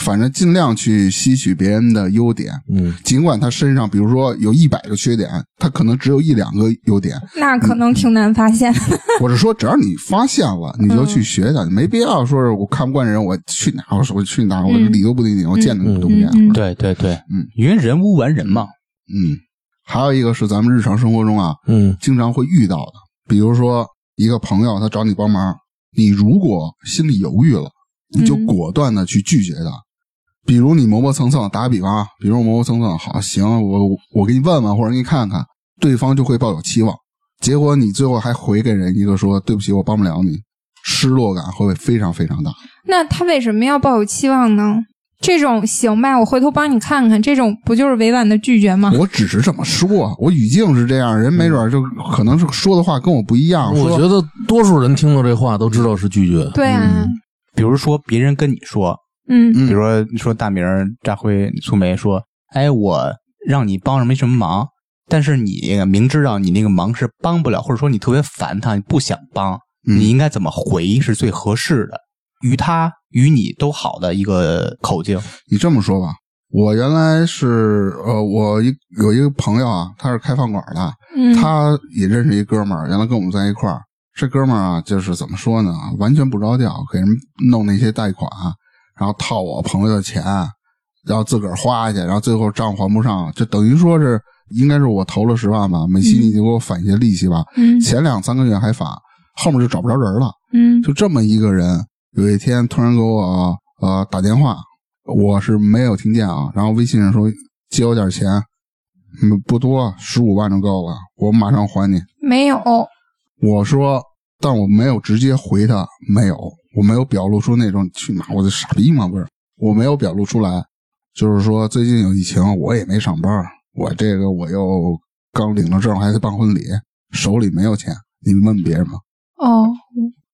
Speaker 1: 反正尽量去吸取别人的优点。
Speaker 4: 嗯，
Speaker 1: 尽管他身上，比如说有一百个缺点，他可能只有一两个优
Speaker 2: *laughs*
Speaker 1: 点，
Speaker 2: 那可能挺难发现。
Speaker 1: 我是说，只要你发现了，你就去学它，没必要说是我看不惯人，我去哪儿我我去哪儿，我
Speaker 2: 嗯
Speaker 1: 理都不理你，我见都不见。
Speaker 2: 嗯
Speaker 3: 对对对，
Speaker 1: 嗯，
Speaker 3: 因为人无完人嘛。
Speaker 1: 嗯，还有一个是咱们日常生活中啊，
Speaker 4: 嗯
Speaker 1: 经常会遇到的，比如说一个朋友他找你帮忙，你如果心里犹豫了，你就
Speaker 2: 嗯
Speaker 1: 果断的去拒绝他。比如你磨磨蹭蹭，打个比方啊，比如我磨磨蹭蹭，好行，我我我给你问问或者给你看看，对方就会抱有期望，结果你最后还回给人一个说对不起，我帮不了你，失落感会非常非常大。
Speaker 2: 那他为什么要抱有期望呢？这种行吧，我回头帮你看看，这种不就是委婉的拒绝吗？
Speaker 1: 我只是这么说，我语境是这样，人没准儿就可能是说的话跟我不一样。
Speaker 4: 我
Speaker 1: 啊说
Speaker 4: 觉得多数人听到这话都知道是拒绝。
Speaker 2: 对啊，
Speaker 3: 比如说别人跟你说，
Speaker 2: 嗯
Speaker 1: 嗯
Speaker 3: 比如说说大明儿、扎辉、苏梅说：“哎，我让你帮什么什么忙，但是你明知道你那个忙是帮不了，或者说你特别烦他，你不想帮，
Speaker 1: 嗯
Speaker 3: 你应该怎么回是最合适的，于他于你都好的一个口径。
Speaker 1: 你这么说吧，我原来是呃，我一有一个朋友啊，他是开饭馆的，
Speaker 2: 嗯，
Speaker 1: 他也认识一哥们儿，原来跟我们在一块儿。这哥们儿啊，就是怎么说呢，完全不着调，给人弄那些贷款，然后套我朋友的钱，然后自个儿花去，然后最后账还不上，就等于说是应该是我投了十万吧，每期你就给我返一些利息吧，
Speaker 2: 嗯
Speaker 1: 前两三个月还返，后面就找不着人了。
Speaker 2: 嗯
Speaker 1: 就这么一个人，有一天突然给我呃打电话，我是没有听见啊。然后微信上说借我点钱，嗯，不多，十五万就够了，我马上还你。
Speaker 2: 没有，哦
Speaker 1: 我说，但我没有直接回他，没有，我没有表露出那种去哪我就傻逼嘛，不是，我没有表露出来，就是说最近有疫情，我也没上班，我这个我又刚领了证，还得办婚礼，手里没有钱，你问别人吧。
Speaker 2: 哦，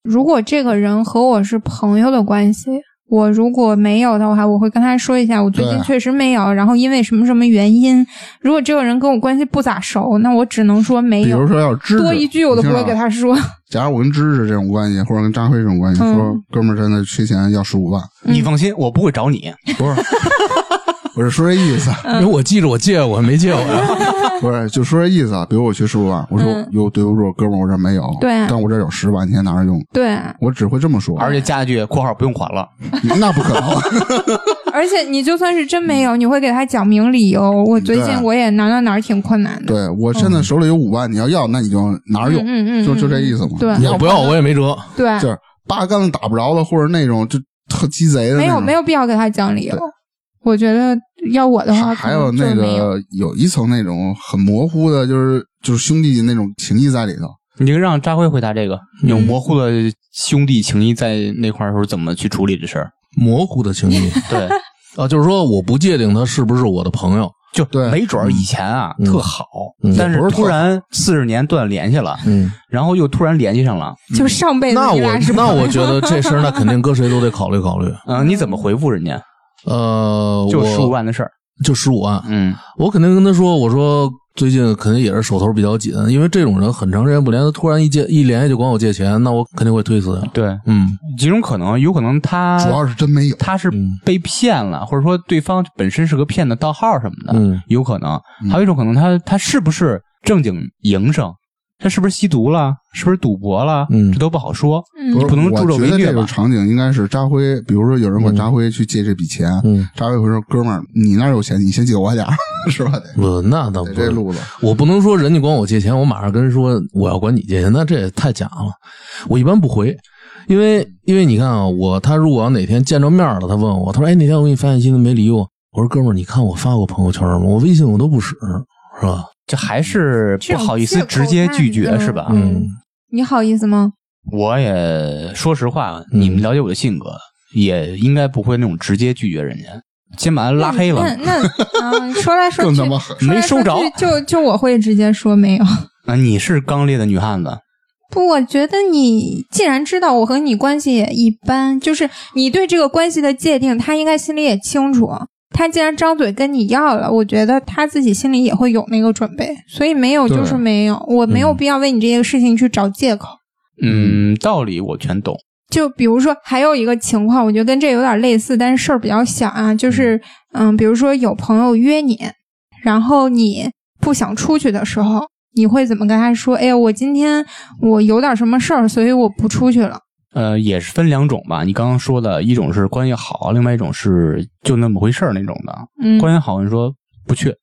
Speaker 2: 如果这个人和我是朋友的关系，我如果没有的话，我会跟他说一下，我最
Speaker 1: 对
Speaker 2: 近
Speaker 1: 啊
Speaker 2: 确实没有，然后因为什么什么原因。如果这个人跟我关系不咋熟，那我只能说没
Speaker 1: 比如
Speaker 2: 有，
Speaker 1: 说要是芝芝，
Speaker 2: 多一句我都不会
Speaker 1: 啊
Speaker 2: 给他说。
Speaker 1: 假如我跟芝芝这种关系，或者跟张辉这种关系，
Speaker 2: 嗯
Speaker 1: 说哥们儿真的缺钱要十五万， *laughs*
Speaker 3: 你放心，我不会找你。
Speaker 1: 不是，我是说这意
Speaker 2: *laughs*
Speaker 1: 思，
Speaker 4: 因为我记着我借我没借我呀，
Speaker 1: 不是就说这意思啊。比如我缺十五万，我说
Speaker 2: 嗯
Speaker 1: 哟，对不住，哥们儿，我这没有，
Speaker 2: 对
Speaker 1: 但我这有十万，你先拿着用。
Speaker 2: 对，啊
Speaker 1: 我只会这么说，
Speaker 3: 而且加一句（括号不用还了
Speaker 1: 那不可能， *laughs*
Speaker 2: *laughs* 而且你就算是真没有，你会给他讲明理由。我最近
Speaker 1: 对
Speaker 2: 我也哪儿哪儿哪儿挺困难的。
Speaker 1: 对我现在手里有五万，你要要，那你就拿着
Speaker 2: 嗯
Speaker 1: 用，
Speaker 2: 嗯嗯，
Speaker 1: 就
Speaker 2: 嗯
Speaker 1: 就这意思嘛。
Speaker 2: 对
Speaker 1: 你
Speaker 4: 你
Speaker 1: 要
Speaker 4: 要不要我也没辙。
Speaker 2: 对，
Speaker 1: 就是八竿子打不着的，或者那种就特鸡贼的
Speaker 2: 没
Speaker 1: 那
Speaker 2: 有
Speaker 1: 种
Speaker 2: 没。有必要给他讲理由
Speaker 1: 对。
Speaker 2: 我觉得要我的话，
Speaker 1: 还还有
Speaker 2: 可能
Speaker 1: 那
Speaker 2: 就是没有
Speaker 1: 个有一层那种很模糊的，就是就是兄弟那种情谊在里头。）。
Speaker 3: 你就让扎辉回答这个，有模糊的兄弟情谊在那块儿的时候怎么去处理这
Speaker 1: *laughs*
Speaker 3: 事儿？
Speaker 4: 模糊的情谊
Speaker 3: 对，
Speaker 4: 啊，就是说我不界定他是不是我的朋友，
Speaker 3: 就
Speaker 1: 对
Speaker 3: 没准儿以前啊
Speaker 4: 嗯
Speaker 3: 特好
Speaker 4: 嗯，
Speaker 3: 但是
Speaker 1: 也不是特
Speaker 3: 突然四十年断联系了，
Speaker 4: 嗯，
Speaker 3: 然后又突然联系上了。
Speaker 2: 就上辈子
Speaker 4: 那
Speaker 2: 你
Speaker 4: 我
Speaker 2: 俩是
Speaker 4: 那
Speaker 2: 朋友
Speaker 4: 我觉得这事儿那肯定搁谁都得考虑考
Speaker 3: *laughs*
Speaker 4: 虑。
Speaker 3: 嗯，你怎么回复人家？
Speaker 4: 呃，
Speaker 3: 就
Speaker 4: 我
Speaker 3: 十五万的事儿。
Speaker 4: 就十五万，
Speaker 3: 嗯，
Speaker 4: 我肯定跟他说，我说最近肯定也是手头比较紧，因为这种人很长时间不联系，突然一借一联系就管我借钱，那我肯定会推辞呀。
Speaker 3: 对，
Speaker 4: 嗯，
Speaker 3: 几种可能，有可能
Speaker 2: 啊
Speaker 3: 他
Speaker 1: 主要是真没有。
Speaker 3: 他是
Speaker 4: 嗯
Speaker 3: 被骗了，或者说对方本身是个骗子，盗号什么的，
Speaker 4: 嗯
Speaker 3: 有可能。还有一种可能他，他是不是正经营生？他是不是吸毒了？是不是赌博了？
Speaker 4: 嗯
Speaker 3: 这都不好说。
Speaker 2: 嗯
Speaker 3: 你
Speaker 1: 是
Speaker 3: 不能助纣
Speaker 1: 我
Speaker 3: 为
Speaker 1: 觉得
Speaker 3: 虐
Speaker 1: 这
Speaker 3: 吧
Speaker 1: 种？场景应该是扎辉，比如说有人管扎辉去借这笔钱，
Speaker 4: 嗯，
Speaker 1: 扎辉会说：“哥们儿，你那儿有钱，你先借我点儿， *laughs* 是吧？”得
Speaker 4: 不，呃那倒
Speaker 1: 得
Speaker 4: 不
Speaker 1: 这
Speaker 4: 是，
Speaker 1: 路子，
Speaker 4: 我不能说人家管我借钱，我马上跟人说我要管你借钱，那这也太假了。我一般不回，因为因为你看啊，我他如果要哪天见着面了，他问我，他说：“哎，那天我给你发信息，你没理我。”我说：“哥们儿，你看我发过朋友圈吗？我微信我都不使，是吧
Speaker 3: 这还是不好意思直接拒
Speaker 2: 这种
Speaker 3: 绝
Speaker 2: 借口
Speaker 3: 是吧？
Speaker 2: 嗯？”你好意思吗？
Speaker 3: 我也说实话，
Speaker 4: 嗯
Speaker 3: 你们了解我的性格，也应该不会那种直接拒绝人家，先把他拉黑了。
Speaker 2: 那那啊，说来说
Speaker 1: 更
Speaker 2: 去
Speaker 1: 他妈狠。
Speaker 2: 说来
Speaker 3: 没
Speaker 2: 说
Speaker 3: 收着
Speaker 2: 去就就我会直接说没有。
Speaker 3: 啊，你是刚烈的女汉子，
Speaker 2: 不，我觉得你既然知道我和你关系也一般，就是你对这个关系的界定，他应该心里也清楚。他既然张嘴跟你要了，我觉得他自己心里也会有那个准备，所以没有
Speaker 1: 对
Speaker 2: 就是没有，我没有
Speaker 4: 嗯
Speaker 2: 必要为你这个事情去找借口。
Speaker 3: 嗯，道理我全懂。
Speaker 2: 就比如说，还有一个情况，我觉得跟这有点类似，但是事儿比较小啊，就是嗯，比如说有朋友约你，然后你不想出去的时候，你会怎么跟他说？哎呀，我今天我有点什么事儿，所以我不出去了。
Speaker 3: 呃，也是分两种吧。你刚刚说的一种是关系好，另外一种是就那么回事儿那种的。
Speaker 2: 嗯，
Speaker 3: 关系好，你说不去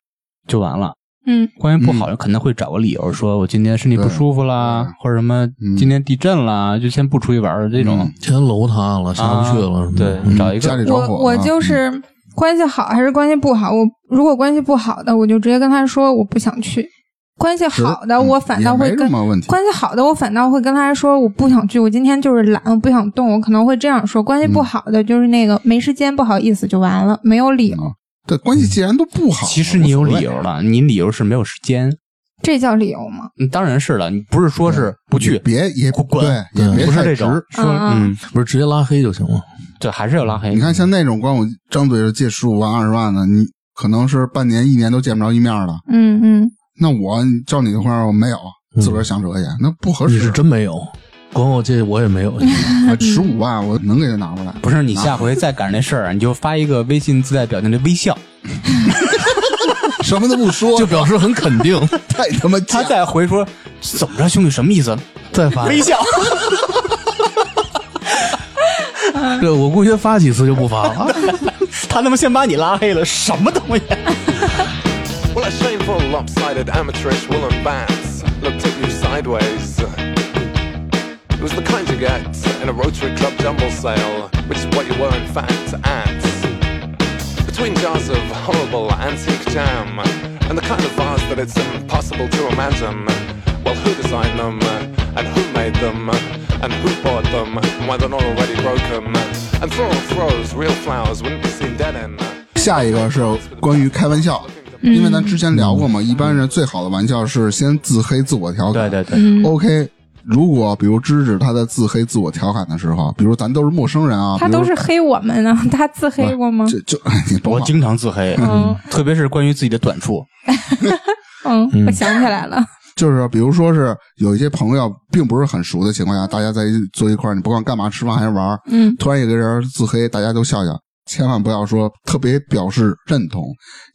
Speaker 3: 就完了；
Speaker 2: 嗯
Speaker 3: 关系不好，可能会找个理由说我今天身体不舒服啦
Speaker 1: 对对，
Speaker 3: 或者什么
Speaker 1: 嗯
Speaker 3: 今天地震啦，就先不出去玩儿这种
Speaker 1: 嗯。
Speaker 4: 天楼塌了，下不去了，
Speaker 3: 啊
Speaker 4: 是吧
Speaker 3: 对，找一
Speaker 1: 家里
Speaker 3: 个
Speaker 1: 着
Speaker 2: 我
Speaker 1: 火嗯
Speaker 2: 我
Speaker 1: 了
Speaker 2: 就是关系好还是关系不好，我如果关系不好的，我就直接跟他说我不想去；关系好的，
Speaker 1: 嗯
Speaker 2: 我反倒
Speaker 1: 也
Speaker 2: 会
Speaker 1: 没
Speaker 2: 跟
Speaker 1: 什么问题。
Speaker 2: 关系好的，我反倒会跟他说我不想去，我今天就是懒，我不想动，我可能会这样说。关系
Speaker 1: 嗯
Speaker 2: 不好的就是那个、没时间，不好意思就完了，没有理由，
Speaker 1: 啊，对，关系既然都不好，
Speaker 3: 其实你有
Speaker 1: 无所
Speaker 3: 理
Speaker 1: 谓
Speaker 3: 由。了，你理由是没有时间。
Speaker 2: 这叫理由吗？
Speaker 3: 嗯当然是了，你不是说是不去，
Speaker 1: 别也
Speaker 3: 滚滚
Speaker 1: 对，嗯也别
Speaker 3: 不是
Speaker 1: 太
Speaker 3: 这
Speaker 1: 直。
Speaker 3: 种。说
Speaker 2: 嗯
Speaker 3: 嗯，
Speaker 4: 不是直接拉黑就行了。
Speaker 3: 这还是要拉黑。
Speaker 1: 你看，像那种光我张嘴就借十五万、二十万的，你可能是半年、一年都见不着一面了。
Speaker 2: 嗯嗯，
Speaker 1: 那我照你的话，我没有，
Speaker 4: 嗯
Speaker 1: 自个儿想辙去，那不合
Speaker 4: 你
Speaker 1: 适。啊
Speaker 4: 是真没有，管我借我也没有。
Speaker 1: 十五万，我能给他拿过来。
Speaker 3: 不是你下回再赶上那事儿啊，你就发一个微信自带表情的微笑。
Speaker 1: 什
Speaker 3: *laughs*
Speaker 1: 么都不说，
Speaker 4: 就表示很肯定，
Speaker 1: 太他妈
Speaker 3: 他
Speaker 1: 假。
Speaker 3: 再回说怎么着，兄弟什么意思？
Speaker 4: 再发
Speaker 3: 微笑。
Speaker 4: 对，我估计他发几次就不发了。
Speaker 3: *laughs* 他他妈先把你拉黑了，什么东西？啊
Speaker 6: Well, a shameful, lopsided, amateurish woolen bats looked at you sideways. It was the kind you get in a Rotary Club jumble sale, which is what you were in fact at. Between jars of horrible antique jam and the kind of vase that it's impossible to imagine. Well, who designed them? And who made them? And who bought them? And why they're not already broken? And floral throws, real flowers wouldn't be seen dead in.
Speaker 1: 下一个是关于开玩笑，
Speaker 2: 嗯
Speaker 1: 因为咱之前聊过嘛，一般人最好的玩笑是先自黑自我调侃。
Speaker 3: 对对，
Speaker 2: 嗯
Speaker 1: OK，如果比如芝芝她在自黑自我调侃的时候，比如咱都是陌生人啊，
Speaker 2: 他
Speaker 1: 比如
Speaker 2: 都是黑我们呢， *laughs* 他自黑过吗？
Speaker 1: 就就哎你甭
Speaker 3: 我
Speaker 1: 管
Speaker 3: 经常自黑，
Speaker 2: 嗯
Speaker 3: 特别是关于自己的短处。
Speaker 2: 嗯，我想起
Speaker 1: *laughs*
Speaker 2: 来了，
Speaker 1: 就是比如说是有一些朋友并不是很熟的情况下，大家在一坐一块儿，你不管干嘛吃饭还是玩儿，
Speaker 2: 嗯
Speaker 1: 突然有个人自黑，大家都笑笑。千万不要说特别表示认同，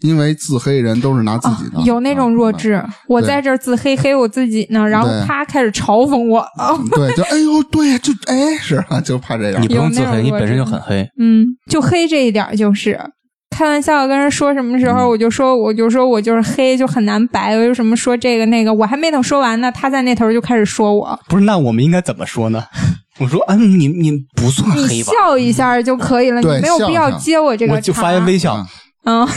Speaker 1: 因为自黑人都是拿自
Speaker 2: 啊
Speaker 1: 己的、，
Speaker 2: 有那种弱智，我在这儿自黑黑我自己呢，然后
Speaker 1: 对
Speaker 2: 啪开始嘲讽我，啊
Speaker 1: 嗯。 *laughs* 对，就哎呦，对，就哎是啊，就怕这样
Speaker 3: 你。不用自
Speaker 2: 有那
Speaker 3: 黑，
Speaker 2: 种
Speaker 3: 你本身就很黑。
Speaker 2: 嗯，就黑这一点儿就是。开玩笑跟人说什么时候，
Speaker 3: 嗯
Speaker 2: 我就说我就说我就是黑，就很难白。为什么说这个那个？我还没等说完呢，他在那头就开始说我。
Speaker 3: 不是，那我们应该怎么
Speaker 2: *laughs*
Speaker 3: 说呢？我说，嗯，你你不算
Speaker 2: 你
Speaker 3: 黑吧？嗯
Speaker 2: 笑一下就可以了，你
Speaker 1: 对
Speaker 2: 没有
Speaker 1: 笑
Speaker 2: 必
Speaker 1: 一
Speaker 2: 要
Speaker 1: 下
Speaker 2: 接我这个
Speaker 3: 我就
Speaker 2: 茬
Speaker 3: 发言微笑
Speaker 1: 嗯，
Speaker 2: 嗯，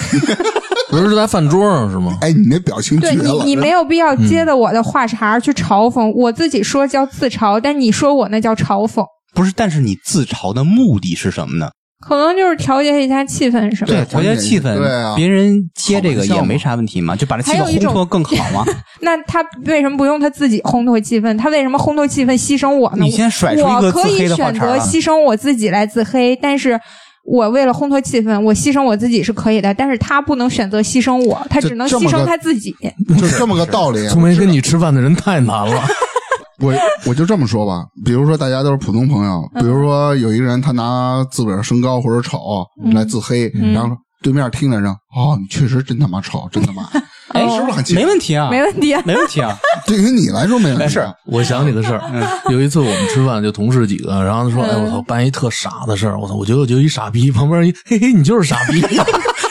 Speaker 4: 不是在饭桌上是吗？
Speaker 1: 哎，你那表情绝
Speaker 2: 对你
Speaker 1: 了，
Speaker 2: 你没有必要
Speaker 3: 嗯
Speaker 2: 接的我的话茬儿去嘲讽。我自己说叫自嘲，但你说我那叫嘲讽，
Speaker 3: 不是。但是你自嘲的目的是什么呢？
Speaker 2: 可能就是调节一下气氛什么
Speaker 3: 对，
Speaker 2: 的。
Speaker 3: 调节气氛，
Speaker 1: 对啊
Speaker 3: 别人接这
Speaker 1: 好
Speaker 3: 个
Speaker 1: 玩笑
Speaker 3: 也
Speaker 1: 嘛
Speaker 3: 没啥问题嘛，就把这气氛
Speaker 2: 还有一
Speaker 3: 烘
Speaker 2: 种
Speaker 3: 托更好
Speaker 2: *laughs*
Speaker 3: 嘛。
Speaker 2: 那他为什么不用他自己烘托气氛？他为什么烘托气氛牺牲我呢？
Speaker 3: 你先甩出一
Speaker 2: 我
Speaker 3: 个
Speaker 2: 可
Speaker 3: 自
Speaker 2: 以
Speaker 3: 黑的话
Speaker 2: 选
Speaker 3: 茬儿
Speaker 2: 择
Speaker 3: 啊，
Speaker 2: 牺牲我自己来自黑，但是我为了烘托气氛，我牺牲我自己是可以的，但是他不能选择牺牲我，他
Speaker 1: 这
Speaker 2: 只能
Speaker 1: 这
Speaker 2: 牺
Speaker 1: 么
Speaker 2: 牲
Speaker 1: 个
Speaker 2: 他自己。
Speaker 3: 啊
Speaker 1: 就这么个道理。啊
Speaker 4: 从没跟你吃饭的人太难了。
Speaker 1: 我我就这么说吧，比如说大家都是普通朋友，比
Speaker 2: 嗯
Speaker 1: 如说有一个人他拿自个儿身高或者丑
Speaker 2: 嗯
Speaker 1: 来自黑，然后对面听了声，哦，你确实真他妈丑，真他
Speaker 2: *laughs*
Speaker 1: 妈，
Speaker 3: 哎
Speaker 1: 是不是很气
Speaker 3: 没？问题啊，
Speaker 2: 没问题啊，
Speaker 3: 没问
Speaker 2: *laughs*
Speaker 3: 题啊。
Speaker 1: 对于你来说没问题啊，
Speaker 3: 没事
Speaker 4: 我想起个事儿，有一次我们吃饭，就同事几个，然后他说：“哎，我操，办一特傻的事儿，我操，我觉得我就一傻逼，旁边一 *laughs* 嘿嘿，你就是傻逼。”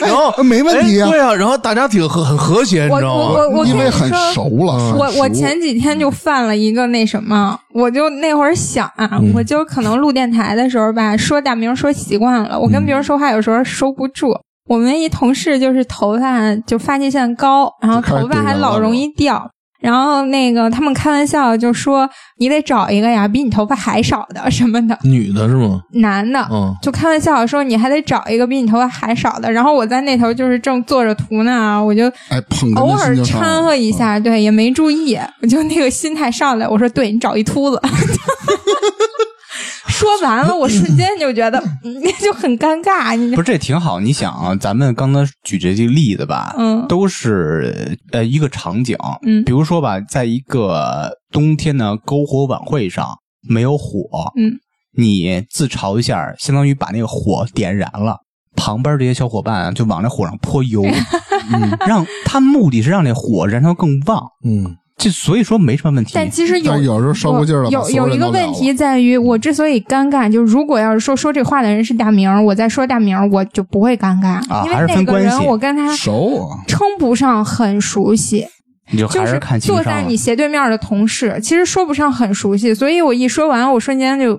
Speaker 4: 然后
Speaker 1: 哎没问题啊
Speaker 4: 哎对啊，然后大家挺和很和谐，你
Speaker 2: 我
Speaker 4: 知道吗？
Speaker 2: 我我我
Speaker 1: 因
Speaker 2: 跟
Speaker 1: 为
Speaker 2: 你
Speaker 1: 很
Speaker 2: 说
Speaker 1: 熟了，很
Speaker 2: 我我
Speaker 1: 熟
Speaker 2: 前几天就犯了一个那什么，我就那会儿想啊，
Speaker 1: 嗯
Speaker 2: 我就可能录电台的时候吧，说大名说习惯了，我
Speaker 1: 嗯
Speaker 2: 跟别人说话有时候收不住。我们一同事就是头发就发际线高，然后
Speaker 1: 就开始
Speaker 2: 头发
Speaker 1: 怼
Speaker 2: 还
Speaker 1: 人
Speaker 2: 老
Speaker 1: 了
Speaker 2: 容易掉。然后那个他们开玩笑就说你得找一个呀，比你头发还少的什么的，
Speaker 4: 女的是吗？
Speaker 2: 男
Speaker 1: 哦
Speaker 2: 的。
Speaker 4: 嗯，
Speaker 2: 就开玩笑说你还得找一个比你头发还少的，然后我在那头就是正做着图呢，啊我就
Speaker 1: 哎捧哏
Speaker 2: 偶
Speaker 1: 的
Speaker 2: 尔
Speaker 1: 心就上来了嗯
Speaker 2: 掺和一，下，对，也没注意，我就那个心态上来，我说对你找一秃子。 *laughs* 说完了，我瞬间就觉得，嗯， *laughs* 就很尴尬，你知
Speaker 3: 不
Speaker 2: 道
Speaker 3: 是，这挺好。你想啊，咱们刚才举这些例子吧，
Speaker 2: 嗯
Speaker 3: 都是呃一个场景，
Speaker 2: 嗯
Speaker 3: 比如说吧，在一个冬天的篝火晚会上没有火，
Speaker 2: 嗯，
Speaker 3: 你自嘲一下，相当于把那个火点燃了。旁边这些小伙伴啊就往那火上泼
Speaker 2: *laughs*
Speaker 3: 油，嗯、让他目的是让那火燃烧更旺，
Speaker 4: 嗯，
Speaker 3: 这所以说没什么问题。
Speaker 2: 但其实有
Speaker 1: 嗯但是有时候烧过劲儿了，把
Speaker 2: 有
Speaker 1: 所人
Speaker 2: 有一个
Speaker 1: 都撂
Speaker 2: 问
Speaker 1: 了
Speaker 2: 题，在于，我之所以尴尬，就如果要是说说这话的人是大明儿，我在说大明儿，我就不会尴尬，
Speaker 3: 啊
Speaker 2: 因
Speaker 3: 还
Speaker 2: 为
Speaker 3: 是
Speaker 2: 那
Speaker 3: 分
Speaker 2: 个
Speaker 3: 关
Speaker 2: 人
Speaker 3: 系
Speaker 2: 我跟他
Speaker 1: 熟啊，
Speaker 2: 称不上很熟悉，
Speaker 3: 你就
Speaker 2: 就
Speaker 3: 还看情
Speaker 2: 坐
Speaker 3: 商
Speaker 2: 在
Speaker 3: 了
Speaker 2: 你斜对面的同事，其实说不上很熟悉，所以我一说完，我瞬间就